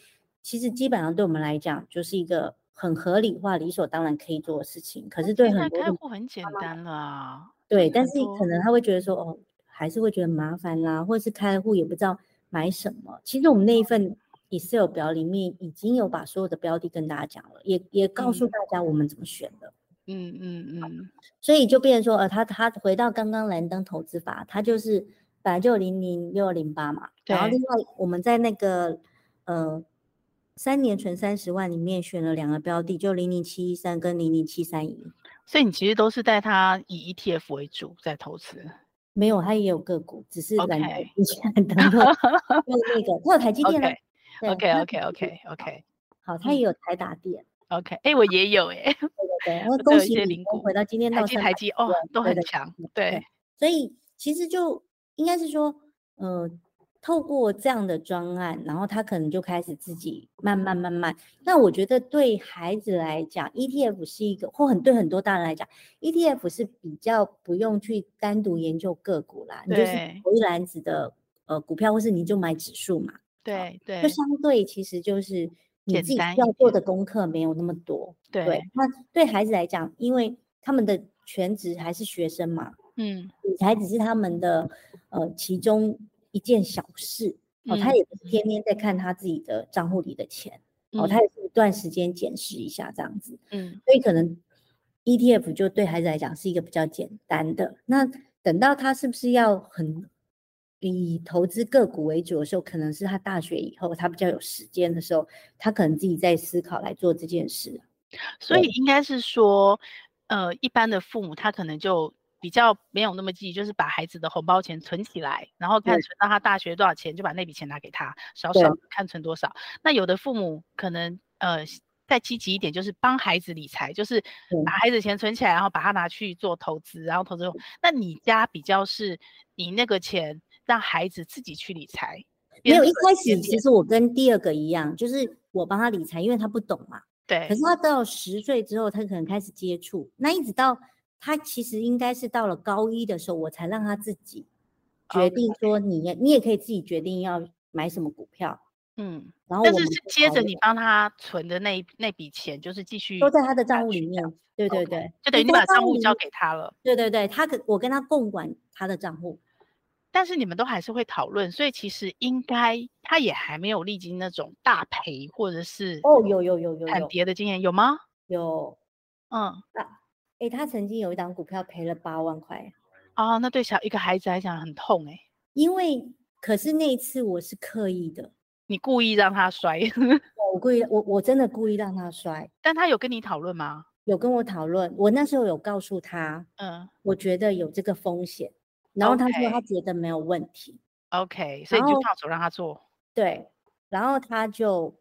其实基本上对我们来讲就是一个很合理化、理所当然可以做的事情。可是对
哦现在
很多
哎开
人
户很简单了啊，
对，
很
但是可
多
能他会觉得说，哦，还是会觉得麻烦啦，或者是开了户也不知道买什么。其实我们那一份
哦
Excel 表里面已经有把所有的标的跟大家讲了，也也告诉
嗯
大家我们怎么选的。
嗯嗯嗯，
所以就变成说，呃，他他回到刚刚蓝灯投资法，他就是本来就零零六零八嘛，然后
对
另外我们在那个呃三年存三十万里面选了两个标的，就零零七一三跟零零七三一，
所以你其实都是带它以 ETF 为主在投资。
没有，它也有个股，只是蓝灯
OK
以前蓝灯 用用那个，它有台积电啊
OK
对
OK 嗯
它
OK OK OK
好，它也有台达电，
OK，哎、我也有哎、
对对对，然后
都
恭
有一
喜
些
你
零
都
股
回到今天
台
到
积
三
台积哦都
对
很
对
强
嗯，
对，
所以其实就应该是说，呃，透过这样的专案，然后他可能就开始自己慢慢慢慢。那我觉得对孩子来讲，ETF 是一个，或很对很多大人来讲，ETF 是比较不用去单独研究个股啦，你就是
对
投一篮子的呃股票，或是你就买指数嘛，
对对
就相对其实就是你
简
自己
单一
要做
点
的功课没有那么多。对
对，，
那对孩子来讲，因为他们的全职还是学生嘛，
嗯
理财只是他们的呃其中一件小事哦，他
嗯
也不是天天在看他自己的账户里的钱，哦，他也是一段时间检视一下这样子。
嗯
所以可能 ETF 就对孩子来讲是一个比较简单的。那等到他是不是要很以投资个股为主的时候，可能是他大学以后他比较有时间的时候，他可能自己在思考来做这件事。
所以应该是说，呃，一般的父母他可能就比较没有那么记，就是把孩子的红包钱存起来，然后看
对
存到他大学多少钱，就把那笔钱拿给他，少
对
少看存多少。那有的父母可能呃。再积极一点，就是帮孩子理财，就是
对
把孩子钱存起来，然后把它拿去做投资，然后投资。那你家比较是你那个钱让孩子自己去理财，
没
边
有一
存
开
边
始，
练
其实我跟第二个一样，就是我帮他理财，因为他不懂嘛。
对
可是他到十岁之后，他可能开始接触，那一直到他其实应该是到了高一的时候，我才让他自己决
OK
定说你也你也可以自己决定要买什么股票，
嗯，
然后
但
我
是
们
是
就
接
讨
着
论
你帮他存的那一那笔钱，就是继续
都在他的
下
账户
去
里
这
面
样，
对对
OK，
对，
就等于
你
你
在
把账
账
户
里
交
面
给他了。
对对对，他跟我跟他共管他的账
嗯
户，
但是你们都还是会讨论，所以其实应该他也还没有历经那种大赔或者是
哦，有有有有
惨
有
跌的经验，有吗？
有，
嗯，
诶，他曾经有一档股票赔了八万块，
哦，那对小一个孩子来讲很痛哎、
因为可是那一次我是刻意的，
你故意让他摔，
我故意我我真的故意让他摔，
但他有跟你讨论吗？
有跟我讨论，我那时候有告诉他，
嗯
我觉得有这个风险，然后他说他
OK
觉得没有问题，
，OK，所以你
然
就
后
放手让他做
对，然后他就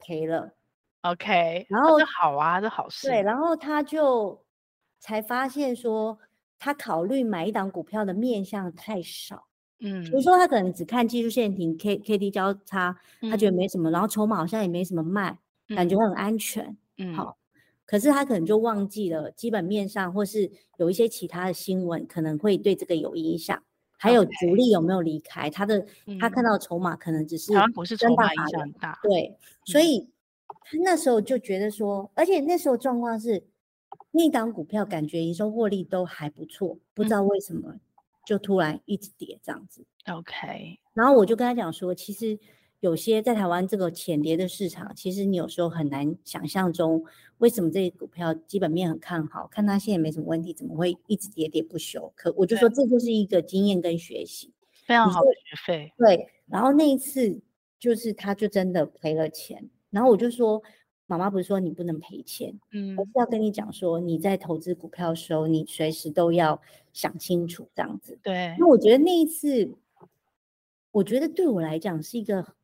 赔了，
，OK，
然
啊
后
这好啊，这好事，
对，然后他就才发现说，他考虑买一档股票的面向太少，
嗯
比如说他可能只看技术线型 K K D 交叉，他觉得
嗯
没什么，然后筹码好像也没什么卖，感觉很安全，
嗯
好可是他可能就忘记了基本面上，或是有一些其他的新闻可能会对这个有影响。还有主力有没有离开？他的他看
嗯
到的筹码可能只是
台湾股市
跟
筹
大
码影
法
响
人
很大，
对，所
嗯
以他那时候就觉得说，而且那时候状况是，那档股票感觉营收获利都还不错，
嗯
不知道为什么就突然一直跌这样子。
OK，
然后我就跟他讲说，其实有些在台湾这个浅碟的市场，其实你有时候很难想象中为什么这些股票基本面很看好，看它现在没什么问题，怎么会一直喋喋不休？可我就
对
说这就是一个经验跟学习。
非常
你
好
说
的学费，
对，然后那一次就是他就真的赔了钱，然后我就说。妈妈不是说你不能赔钱，
嗯
而是要跟你讲说，你在投资股票的时候，你随时都要想清楚这样子。
对
那，我觉得那一次，我觉得对我来讲是一个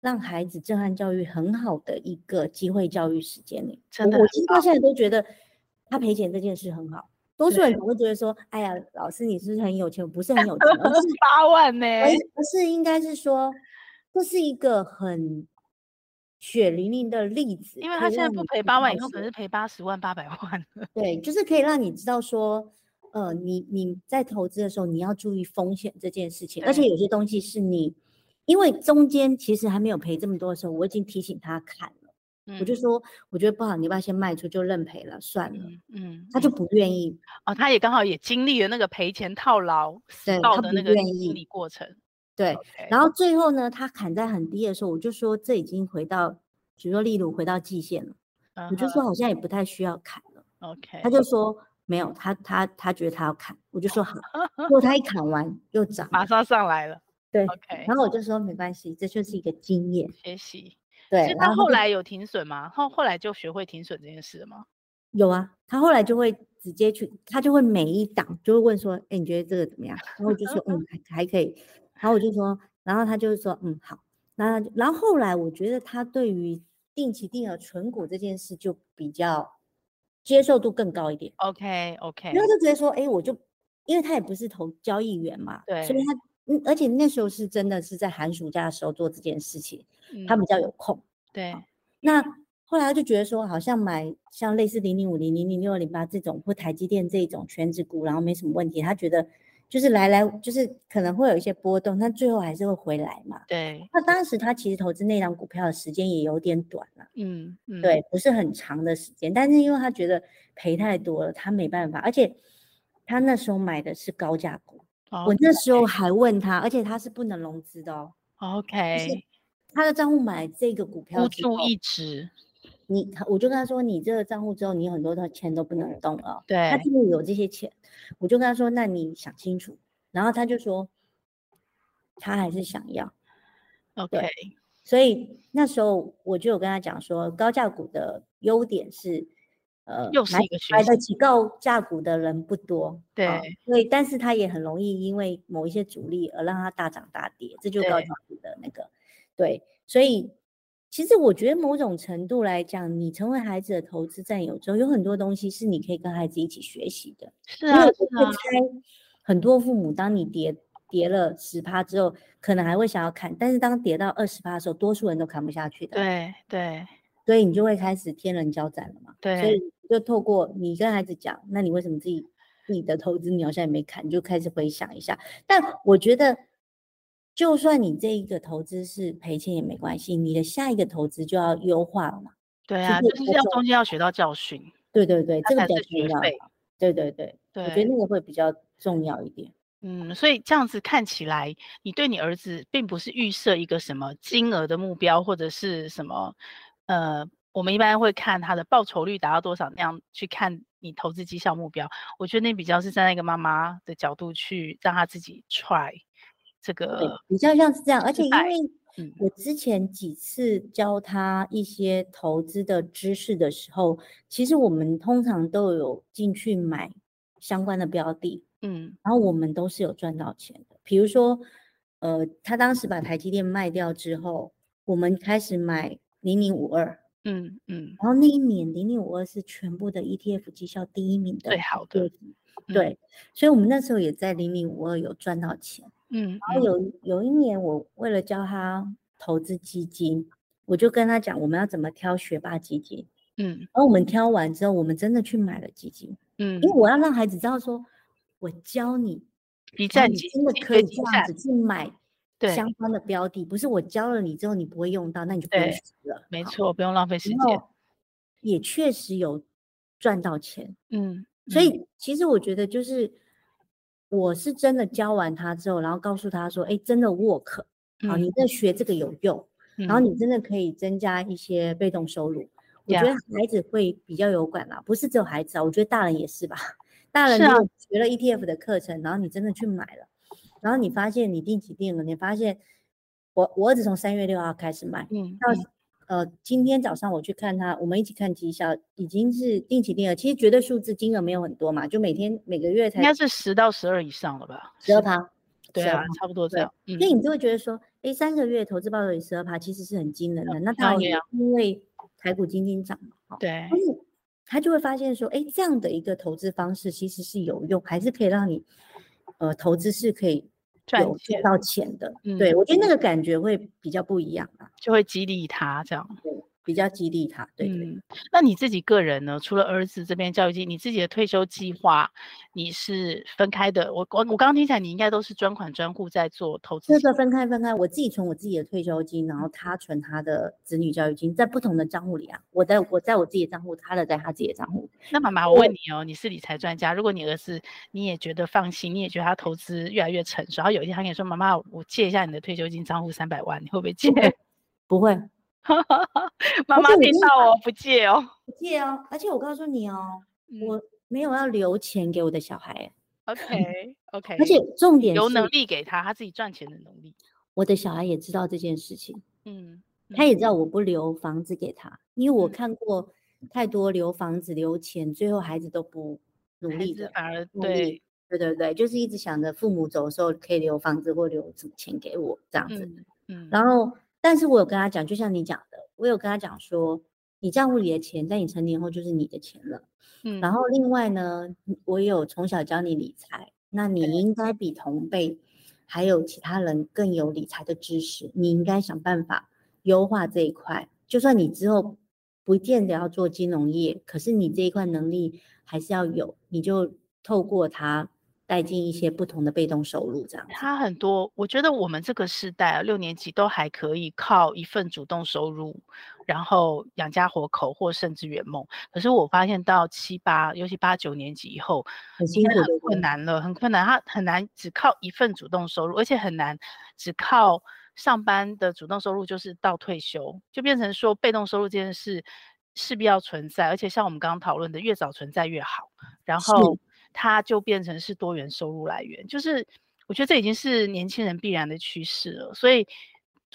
让孩子震撼教育很好的一个机会教育时间呢。
真的
我我
很
其实到现在都觉得他赔钱这件事很好。多数
对
人可能会觉得说：“哎呀，老师你是不是很有钱？”我不是很有钱，而 是
八万呢、
而而是应该是说，这是一个很血淋淋的例子，
因为
可
他
以
现在
让
不
你
赔
知
八万，
道
以后可
说
能是赔八十万、八百万 了。
对，就是可以让你知道说，呃，你你在投资的时候，你要注意风险这件事情，而且
对
有些东西是你，因为中间其实还没有赔这么多的时候，我已经提醒他砍了，我就
嗯
说我觉得不好，你要不要先卖出就认赔了算了，
嗯嗯，
他就
嗯
不愿意，
哦，他也刚好也经历了那个赔钱套牢、死
对
抱
他
的
不
那个
愿
心
意
理过程。
对，
OK，
然后最后呢，他砍在很低的时候，我就说这已经回到，比如说例如回到季线了，
嗯
我就说好像也不太需要砍了。
哼 OK，
他就说没有，他他他觉得他要砍，我就说好，结果他一砍完又涨
马
了，
上上来了。
对
OK，
然后我就说没关系，这就是一个经验，
学习。所
对
以。
然
他
后
后
他就
来有停损吗？后后来就学会停损这件事了吗？
有啊，他后来就会直接去，他就会每一档就会问说，哎，你觉得这个怎么样？然后我就说嗯还还可以，然后我就说，然后他就说嗯好，然后他就然后后来我觉得他对于定期定额存股这件事就比较接受度更高一点。
OK OK，
然后就直接说，哎、我就因为他也不是投交易员嘛，所以
对
他，嗯，而且那时候是真的是在寒暑假的时候做这件事情，他
嗯
比较有空。
对
那后来他就觉得说，好像买像类似零零五零、零零六零八这种或台积电这种全职股，然后没什么问题，他觉得就是来来就是可能会有一些波动，但最后还是会回来嘛。
对，
那当时他其实投资那档股票的时间也有点短了、
嗯嗯，
对，不是很长的时间，但是因为他觉得赔太多了，他没办法，而且他那时候买的是高价股，
哦。
我那时候还问他，而且他是不能融资的哦，
OK，
他的账户买这个股票
孤
之后
注，一掷，
你他我就跟他说，你这个账户之后，你很多的钱都不能动了。他
嗯对
真的有这些钱，我就跟他说，那你想清楚。然后他就说，他还是想要。
，OK，
所以那时候我就有跟他讲说，高价股的优点是，呃，
又是
买
一个学
买得
习，
起高价股的人不多，啊
对
所以但是它也很容易因为某一些阻力而让它大涨大跌，这就是高
对
价股的那个，对，所以其实我觉得某种程度来讲，你成为孩子的投资战友之后，有很多东西是你可以跟孩子一起学习的，嗯
是
因
啊
为
是
我
啊
会，猜，很多父母当你跌跌了十趴之后，可能还会想要看，但是当跌到二十趴的时候，多数人都看不下去的，，
对对
所以你就会开始天人交战了嘛。所
对
以就透过你跟孩子讲，那你为什么自己自己的投资你好像也没看，你就开始回想一下。但我觉得，就算你这一个投资是赔钱也没关系，你的下一个投资就要优化了嘛。
对
其
啊，
实
就是
我
要
走
中间要学到教训，
对对对，
它
这个
才
比较
是
重
学
要
费
嘛。对对对，我觉得
对
那个会比较重要一点。
嗯，所以这样子看起来，你对你儿子并不是预设一个什么金额的目标，或者是什么，呃，我们一般会看他的报酬率达到多少那样去看你投资绩效目标。我觉得那比较是站在一个妈妈的角度去让他自己 try 这
对
个，，
比较像是这样，而
呃失
且因
败
为
嗯
我之前几次教他一些投资的知识的时候，其实我们通常都有进去买相关的标的，
嗯，
然后我们都是有赚到钱的。比如说，呃，他当时把台积电卖掉之后，我们开始买零零五二，
嗯嗯，
然后那一年零零五二是全部的 ETF 绩效第一名的
最好的
ETF
嗯
对，所以我们那时候也在零零五二有赚到钱。
嗯
然后有一有一年，我为了教他投资基金，我就跟他讲我们要怎么挑学霸基金。
嗯
然后我们挑完之后，我们真的去买了基金，因
嗯嗯，
为我要让孩子知道说，我教你，
一
然后
战
你
即
真的
即
可
决
以
即
这样
战
子去买
对，
相关的标的，不是我教了你之后你不会用到，那你就不用
对
学了。
没
好，
错，不用浪费时
然
间，
后也确实有赚到钱，
嗯，
所
嗯
以其实我觉得就是，我是真的教完他之后，然后告诉他说，哎，真的 work，好，你
嗯
在学这个有用，然后
嗯
你真的可以增加一些被动收入。我觉
呀
得孩子会比较有感啦，不是只有孩子啊，我觉得大人也是吧。大人
是
如
啊
果学了 ETF 的课程，然后你真的去买了，然后你发现你定期定额，你发现我我儿子从三月六号开始买，
嗯
到
嗯
呃，今天早上我去看他，我们一起看绩效，已经是定期定额，其实绝对数字金额没有很多嘛，就每天每个月
应该
才
是十到十二以上了吧？
十二
10
趴，
对
12
啊
趴，
差不多这
对
样。嗯
所以你就会觉得说，诶，三个月投资报酬率十二趴，其实是很惊人的。那哦当
当
然
然
也因为台股基金涨嘛，哦，
对
但，是他就会发现说，诶，这样的一个投资方式其实是有用，还是可以让你呃投资是可以
赚
有
钱
赚到钱嗯的。对我觉得那个感觉会比较不一样啊，
就会激励他这样。
比较激励他。对对
嗯，那你自己个人呢？除了儿子这边教育金，你自己的退休计划你是分开的？我我我刚刚听起来，你应该都是专款专户在做投资
这
型。
个分开分开，我自己存我自己的退休金，然后他存他的子女教育金，在不同的账户里啊。我在我在我自己的账户，他的在他自己的账户。
那妈妈，我问你哦，你是理财专家，如果你儿子你也觉得放心，你也觉得他投资越来越成熟，然后有一天他跟你说：“妈妈，我借一下你的退休金账户三百万，你会不会借？”
不会
妈
而且我
妈听
跟你
到哦，不借哦。
不借哦，而且我告诉你哦，
嗯
我没有要留钱给我的小孩，
OK OK，
而且重点
有
是
能力给他，他自己赚钱的能力。
我的小孩也知道这件事情，
嗯，
他
嗯
也知道我不留房子给他，因为我
嗯
看过太多留房子留钱，最后孩子都不努
孩
力
子啊
的。
反而
努力对
对，
对对，就是一直想着父母走的时候可以留房子或留什么钱给我这样子。
嗯嗯，
然后，但是我有跟他讲，就像你讲的，我有跟他讲说，你账户里的钱，在你成年后就是你的钱了。
嗯
然后另外呢，嗯我也有从小教你理财，那你应该比同辈还有其他人更有理财的知识，你应该想办法优化这一块。就算你之后不见得要做金融业，可是你这一块能力还是要有，你就透过它带进一些不同的被动收入，这样子。
他很多，我觉得我们这个世代啊，六年级都还可以靠一份主动收入，然后养家活口，或甚至圆梦。可是我发现到七八，尤其八九年级以后，
很
已
辛
经
苦
很
的
困难了，很困难，他很难只靠一份主动收入，而且很难只靠上班的主动收入就是到退休，就变成说被动收入这件事势必要存在，而且像我们刚刚讨论的，越早存在越好，然
是
后它就变成是多元收入来源，就是我觉得这已经是年轻人必然的趋势了，所以。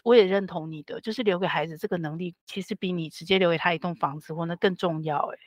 我也认同你的，就是留给孩子这个能力，其实比你直接留给他一栋房子或那更重要、欸。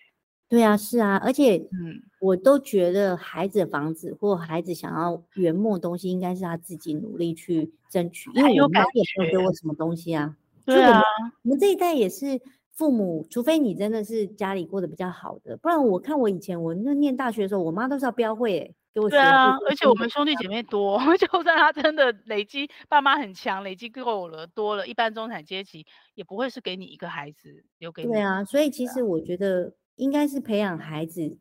对啊，是啊，而且
嗯，
我都觉得孩子的房子或孩子想要圆梦的东西，应该是他自己努力去争取。因
很
为
有
我妈
感
也没有给
觉
我什么东西啊，所以
对
我
啊
们，我们这一代也是父母，除非你真的是家里过得比较好的，不然我看我以前我那念大学的时候，我妈都是要标会、欸、给我学费
对啊
或，
而且
生
我
活
们兄弟姐妹多， 就算他真的累积，爸妈很强，累积够了多了，一般中产阶级也不会是给你一个孩子留给你。
对啊，所以其实我觉得应该是培养孩子，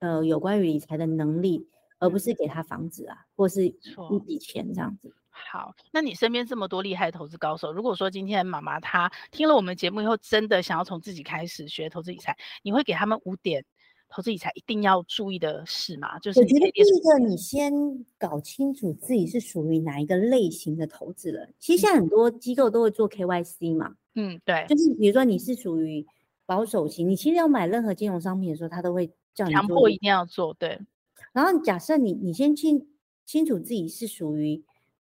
呃，有关于理财的能力，而不
嗯
是给他房子啊，或是一
错
笔钱这样子。
好，那你身边这么多厉害的投资高手，如果说今天妈妈她听了我们节目以后，真的想要从自己开始学投资理财，你会给他们五点投资理财一定要注意的事吗？就是
我
你
觉
可
得
以
第
列出
一个，你先搞清楚自己是属于哪一个类型的投资人。其实现在很多机构都会做 KYC 嘛，
嗯，对，
就是比如说你是属于保守型，你其实要买任何金融商品的时候，他都会叫你
强
做
迫
一
一定要做，对，
然后假设你你先清清楚自己是属于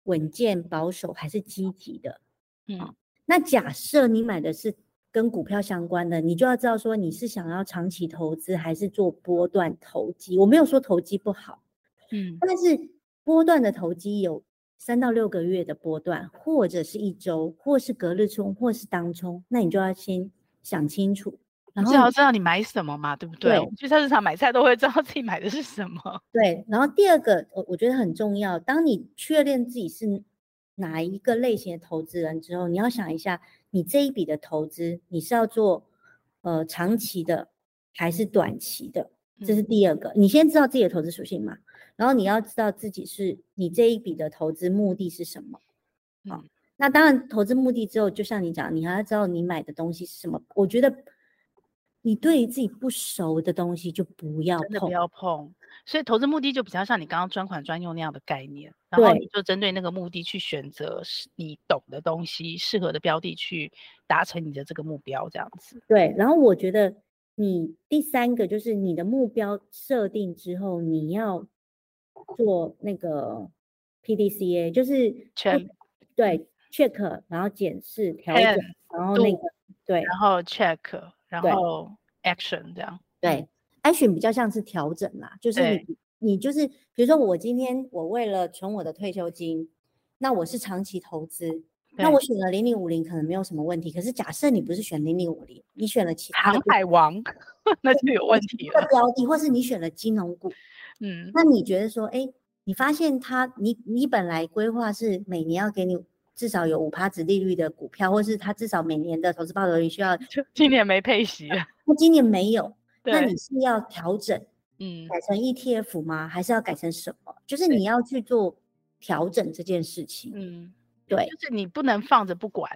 稳健、保守还是积极的。
嗯，
那假设你买的是跟股票相关的，你就要知道说你是想要长期投资还是做波段投机。我没有说投机不好，
嗯，
但是波段的投机有三到六个月的波段，或者是一周，或是隔日冲，或是当冲，那你就要先想清楚。然后
至少知道你买什么嘛，对不对？
对
我们去菜市场买菜都会知道自己买的是什么。
对，然后第二个，我我觉得很重要。当你确认自己是哪一个类型的投资人之后，你要想一下，你这一笔的投资，你是要做呃长期的还是短期的？这是
嗯
第二个，你先知道自己的投资属性嘛，然后你要知道自己是你这一笔的投资目的是什么。好
嗯，
那当然，投资目的之后，就像你讲，你还要知道你买的东西是什么。我觉得你对于自己不熟的东西就不要
真的不
碰。
要碰。所以投资目的就比较像你刚刚专款专用那样的概念，然后
对
你就针对那个目的去选择是你懂的东西、适合的标的去达成你的这个目标，这样子。
对，然后我觉得你第三个就是你的目标设定之后，你要做那个 PDCA，就是不
Check
对 check，然后检视、调整
Plan，，
然后那
度
个对
然后 check，然
对
后 action 这样。
对，action 比较像是调整啦，就是
对
你你就是比如说我今天我为了存我的退休金，那我是长期投资。那
对
我选了零零五零可能没有什么问题，可是假设你不是选零零五零，你选了其他的
航
不
海王，那就有问题
同
了
的。标的，或是你选了金融股，
嗯，
那你觉得说，哎，你发现它，你你本来规划是每年要给你至少有五趴值利率的股票，或是它至少每年的投资报酬率需要，
就今年没配息了。
那今年没有，那
对
你，是要调整
嗯，
改成 ETF 吗？还是要改成什么？就是
对
你要去做调整这件事情。
嗯，
对
就是你不能放着不管。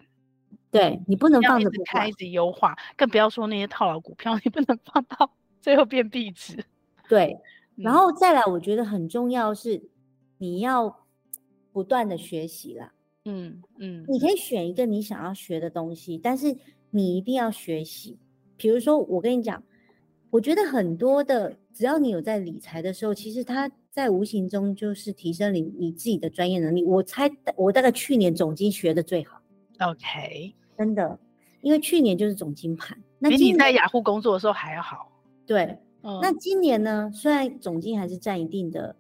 对，你不能
要
放
一
着
直
不
开，
管
一。直优化，更不要说那些套牢股票，你不能放到最后变壁纸。
对，
嗯
然后再来，我觉得很重要是你要不断的学习啦。
嗯嗯
你可以选一个你想要学的东西，但是你一定要学习。比如说，我跟你讲，我觉得很多的，只要你有在理财的时候，其实它在无形中就是提升你你自己的专业能力。我猜大，我大概去年总经学的最好，
，OK，
真的，因为去年就是总经盘。那
比
今
你
年
在雅虎工作的时候还要好。
对，
嗯，
那今年呢？虽然总经还是占一定的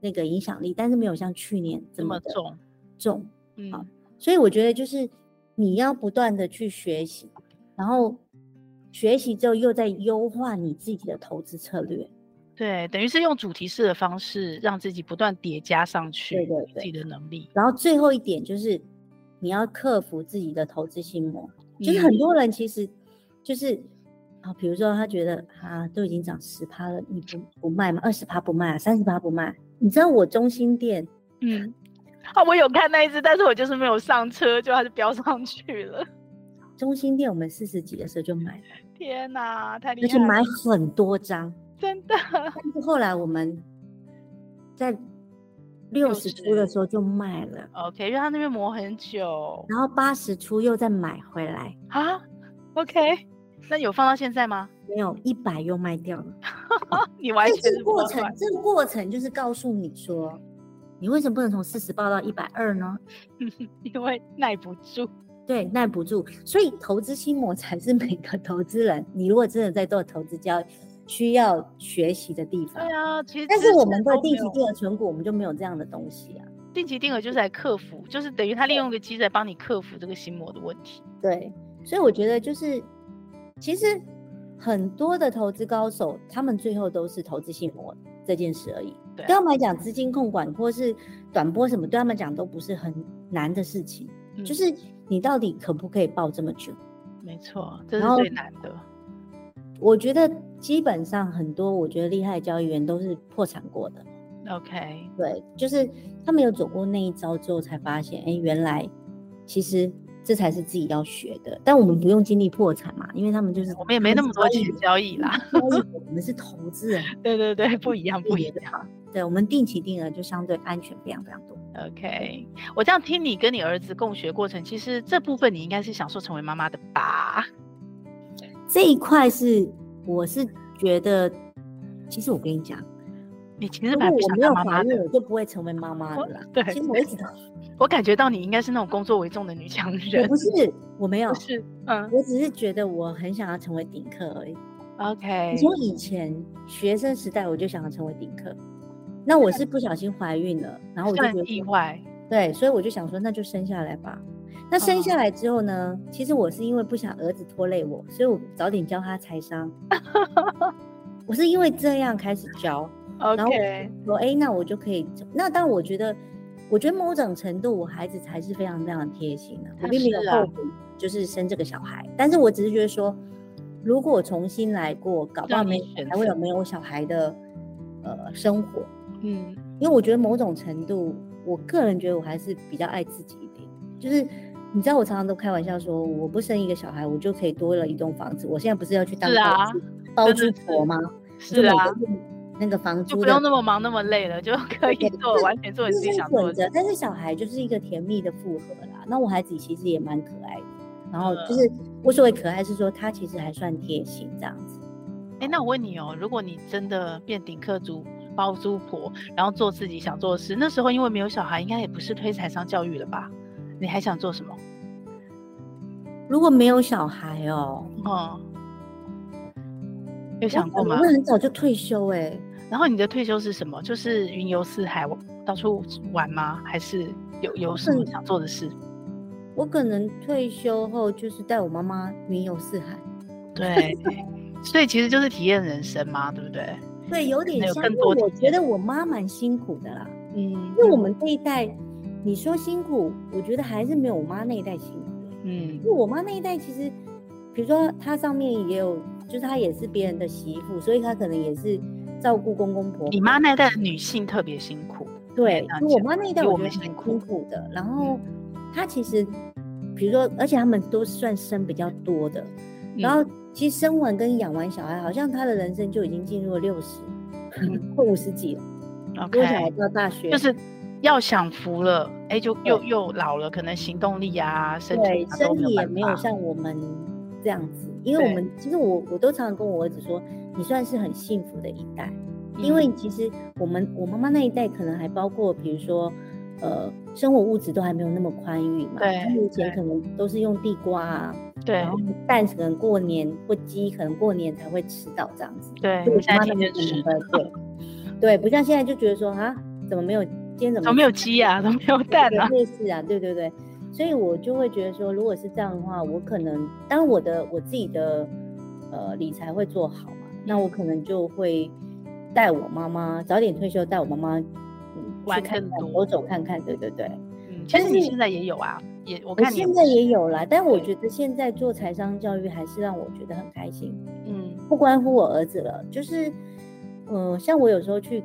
那个影响力，但是没有像去年这
这么
么的
重，
重。
嗯，
所以我觉得就是你要不断的去学习，然后学习之后又在优化你自己的投资策略。
对，等于是用主题式的方式，让自己不断叠加上去
对
自己的能力。
然后最后一点就是你要克服自己的投资心魔，就是
嗯
很多人其实就是啊，比如说他觉得啊都已经涨十趴了，你不不卖吗？二十趴不卖啊，三十趴不卖。你知道我中心店
嗯，啊，我有看那一只，但是我就是没有上车，就它就飙 上去了。
中心店我们四十几的时候就买了，
天哪，太厉
而且
害了！
买很多张。
真的，
但是后来我们在六十出的时候就卖了，
OK，因为他那边磨很久
然后八十出又再买回来，
啊。OK，那有放到现在吗？
没有一百又卖掉了。
你完
这个
全是不
过
会
程
买，
这个过程就是告诉你说，你为什么不能从四十报到一百二呢？
因为耐不住。
对，耐不住。所以投资心魔才是每个投资人，你如果真的在做投资交易，需要学习的地方
对。啊，其实
但
只
是我们的
都没
定期
有
定额存股，我们就没有这样的东西啊。
定期定额就是来克服，就是等于他利用一个机制来帮你克服这个心魔的问题。
对，所以我觉得就是，其实很多的投资高手，他们最后都是投资心魔这件事而已。
对啊
对他们来讲，资金控管或是短波什么，对他们讲都不是很难的事情。
嗯
就是你到底可不可以抱这么久？
没错，这
然
是
后
最难的。
我觉得基本上很多我觉得厉害的交易员都是破产过的，
OK，
对，就是他们有走过那一招之后才发现，哎，原来其实这才是自己要学的。但我们不用经历破产嘛，因为他们就是
我们也没那么多钱
交
交易 啦。
易员，交易员我们是投资人，
对对对，不一样，不一样。
对我们定期定额就相对安全非常非常多。
OK，我这样听你跟你儿子共学过程，其实这部分你应该是享受成为妈妈的吧？
这一块是我是觉得，其实我跟你讲，
你其实
如果
本来不
我
想
没有
当妈
怀
妈
孕，
的。
我就不会成为妈妈
我
了啦。
对，
其实我一直都
我感觉到你应该是那种工作为重的女强
我
人，
不是，我没有
不，是？嗯
我只是觉得我很想要成为顶客而已。
，OK，
我从以前学生时代我就想要成为顶客，那我是不小心怀孕了，然后我就觉
算
得
意外，
对，所以我就想说那就生下来吧。那生
嗯
下来之后呢，其实我是因为不想儿子拖累我，所以我早点教他财 商。我是因为这样开始教，然后我
OK，
就说哎、诶那我就可以。那但我觉得，我觉得某种程度，我孩子才是非常非常贴心的、我
那
并没有
是啊
后悔，就是生这个小孩，但是我只是觉得说，如果我重新来过，搞不好
让
没
你选
还会有
择
没有小孩的呃生活，
嗯，
因为我觉得某种程度，我个人觉得我还是比较爱自己一点，就是。你知道我常常都开玩笑说，我不生一个小孩，我就可以多了一栋房子。我现在不是要去当
是
包
啊
租包
真
租
的
婆
是
吗？就是每
啊
个，月那个房
就
租
不
的
用那么忙那么累了，就可以
对
做
就是
完全做你
就
自己
是
想做
选
的
择，但是小孩就是一个甜蜜的复合啦。那我孩子其实也蛮可爱的，然后就
嗯
是我所谓可爱是说他其实还算贴心这样子。
哎，那我问你哦，如果你真的变顶客族、包租婆，然后做自己想做的事，那时候因为没有小孩，应该也不是推财商教育了吧？你还想做什么？
如果没有小孩哦，
嗯，有
我
想过
可能
吗
会？很早就退休哎、
然后你的退休是什么？就是云游四海，到处玩吗？还是有有什么
嗯
想做的事？
我可能退休后就是带我妈妈云游四海，
对，所以其实就是体验人生嘛，对不对？
对，有
能
点
有
像。
更
因
多
为我
体
觉
验
得我妈蛮辛苦的啦，
嗯
因为我们这一代，你说辛苦，我觉得还是没有我妈那一代辛苦欸、
嗯
因为我妈那一代其实，比如说她上面也有，就是她也是别人的媳妇，所以她可能也是照顾公公婆婆。
你妈那一代的女性特别辛苦，
对
这，样
就我
讲
妈那一代
比我
我觉得
们
很辛
辛苦嗯
苦的。然后她其实，比如说，而且他们都算生比较多的，
嗯
然后其实生完跟养完小孩，好像她的人生就已经进入了六十
嗯
或五十几了。如果小孩
OK，
到大学，
就是要享福了，哎，就又又老了，可能行动力啊、身体
对
啊都
身体也
办
没有
法。
像我们这样子，因为我
对
们其实我我都常常跟我儿子说，你算是很幸福的一代。因
嗯
为其实我们我妈妈那一代可能还包括，比如说，呃，生活物质都还没有那么宽裕嘛，
对
他们以前
对
可能都是用地瓜啊，
对
然后蛋可能过年或鸡可能过年才会吃到这样子，
对，
就
我
我
现
妈
在
妈
天
那边
天
可能
吃，
会对对，不像现在就觉得说啊，怎么没有今天怎
怎
么
么没有
鸡
鸡啊，怎么没有蛋啊？
类似啊，对对对，所以我就会觉得说，如果是这样的话，我可能当然我的我自己的呃理财会做好嘛，那我可能就会带我妈妈早点退休，带我妈妈嗯
玩
去看
更
看
多
走走看看，对对对，
嗯，其
但
实你
是
现在也有啊，也我
我
看你
现在
是
也，有啦，但我
对
觉得现在做财商教育还是让我觉得很开心，
嗯
不关乎我儿子了，就是，嗯、像我有时候去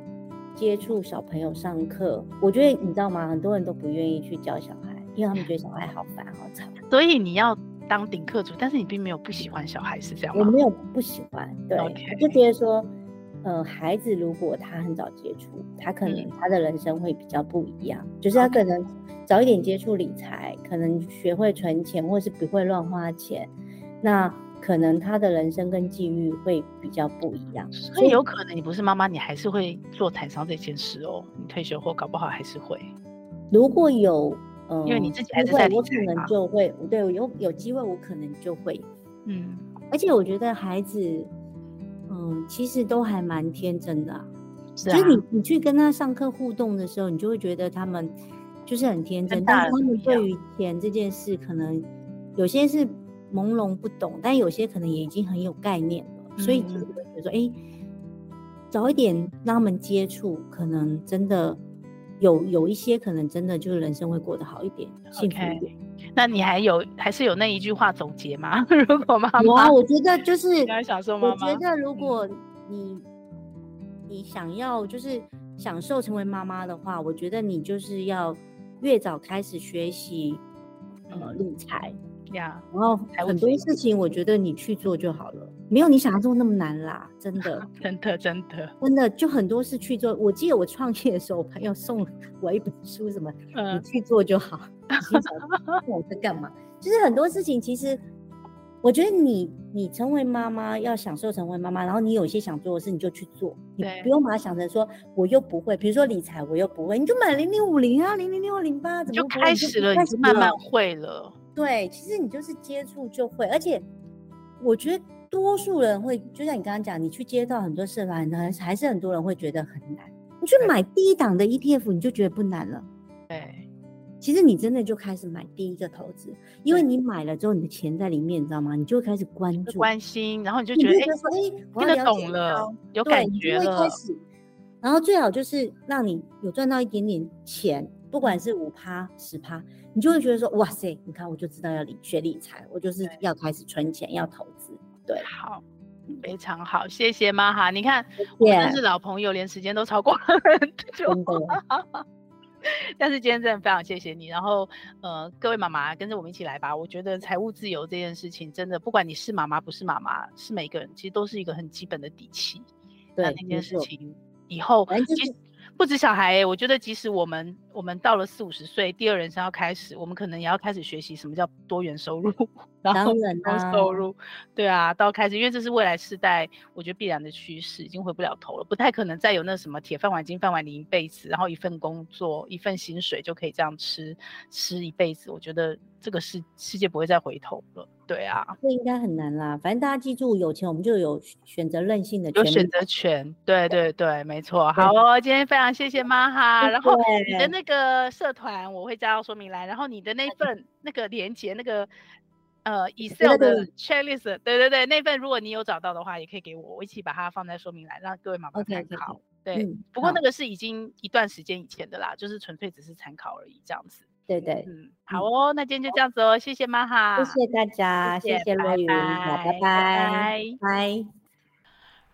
接触小朋友上课，我觉得你知道吗？很多人都不愿意去教小孩，因为他们觉得小孩好烦好吵。
所以你要当顶客族，但是你并没有不喜欢小孩，是这样
我
吗？
没有不喜欢，对
OK
我就觉得说，呃，孩子如果他很早接触，他可能
嗯
他的人生会比较不一样，就是他可能早一点接触理财，可能学会存钱，或是不会乱花钱，那可能他的人生跟际遇会比较不一样。
所以有可能你不是妈妈，你还是会做台商这件事哦。你退休后搞不好还是会。
如果有，呃，
因为你自己还
机
是在
会
理
我可
财嘛
能就会，对，我有有机会，我可能就会
嗯，
而且我觉得孩子，嗯，其实都还蛮天真的啊、就
是啊
是，你你去跟他上课互动的时候，你就会觉得他们就是很天
跟
真，但是
大
他
人不
们
一样
对于钱这件事，可能有些是朦胧不懂，但有些可能也已经很有概念了。所以其实
嗯
我觉得说，哎、早一点让他们接触，可能真的有有一些可能真的就是人生会过得好一点，幸福一
OK
点。
那你还有还是有那一句话总结吗？ 如果妈
有啊，
妈，
我觉得就是
你还想说妈
我觉
妈？嗯
得如果你你想要就是享受成为妈妈的话，我觉得你就是要越早开始学习呃
嗯
理财，
呀，
然后
财务
很
自
多
由
事情我觉得你去做就好了，没有你想象中那么难啦，真 的
真的真的，
真的就很多事去做。我记得我创业的时候，我朋友送我一本书，什么你
嗯，
去做就好。 我心想我在干嘛？就是很多事情，其实我觉得你你成为妈妈要享受成为妈妈，然后你有一些想做的事你就去做，你
对
不用把它想成说我又不会，比如说理财我又不会，你就买零零五零啊，零零六零八，怎么会
就
不会
开
你
始
就
了，
开
你
始
就慢慢
了
会了。
对，其实你就是接触就会，而且我觉得多数人会，就像你刚刚讲，你去接到很多社团，还是还是很多人会觉得很难。你去买第一档的 ETF，你就觉得不难了。
对，
其实你真的就开始买第一个投资，因为你买了之后，你的钱在里面，你知道吗？你就会开始关
会
注，
关心，然后你就
你
觉
就
得
觉得说，
哎，
哎，我
听
要了解
得懂
它
了
哦，
有
对，
感
你
觉
就会
了
开。始。然后最好就是让你有赚到一点点钱，不
嗯
管是五趴、十趴，你就会觉得说，哇塞，你看我就知道要理学理财，我就是
对
要开始存钱，要投 资。对，
好，嗯非常好，谢谢妈哈。你看，我们真
对，
是老朋友，连时间都超过了， 就
真的，
但是今天真的非常谢谢你，然后呃，各位妈妈跟着我们一起来吧。我觉得财务自由这件事情，真的不管你是妈妈不是妈妈，是每个人其实都是一个很基本的底气。那
对，
那
没
件事
错，
情以后
反正就
即
是
不止小孩、欸，我觉得即使我们我们到了四五十岁，第二人生要开始，我们可能也要开始学习什么叫多元收入，然后
当然
高
啦，
收入，对啊，到开始，因为这是未来世代我觉得必然的趋势，已经回不了头了，不太可能再有那什么铁饭碗、金饭碗领一辈子，然后一份工作、一份薪水就可以这样吃吃一辈子。我觉得这个世世界不会再回头了，对啊，
这应该很难啦。反正大家记住，有钱我们就有选择任性的权
有
利。
选择权，对对对，没错。好哦，今天非常谢谢妈哈，
谢
啊然后你
谢
的那个社团我会加到说明栏，然后你的那份那个连接那个。呃
都
，Excel 的 checklist，对对对，那份如果你有找到的话，也可以给我，我一起把它放在说明栏，让各位妈妈
OK，
参
OK，OK
考。对，
嗯，
不过那
好
个是已经一段时间以前的啦，就是纯粹只是参考而已，这样子。
对对，
嗯，好哦，那今天就这样子哦，谢谢妈哈，
谢谢大家，谢谢
拜
罗云，好，
拜，
拜拜，
拜。
拜。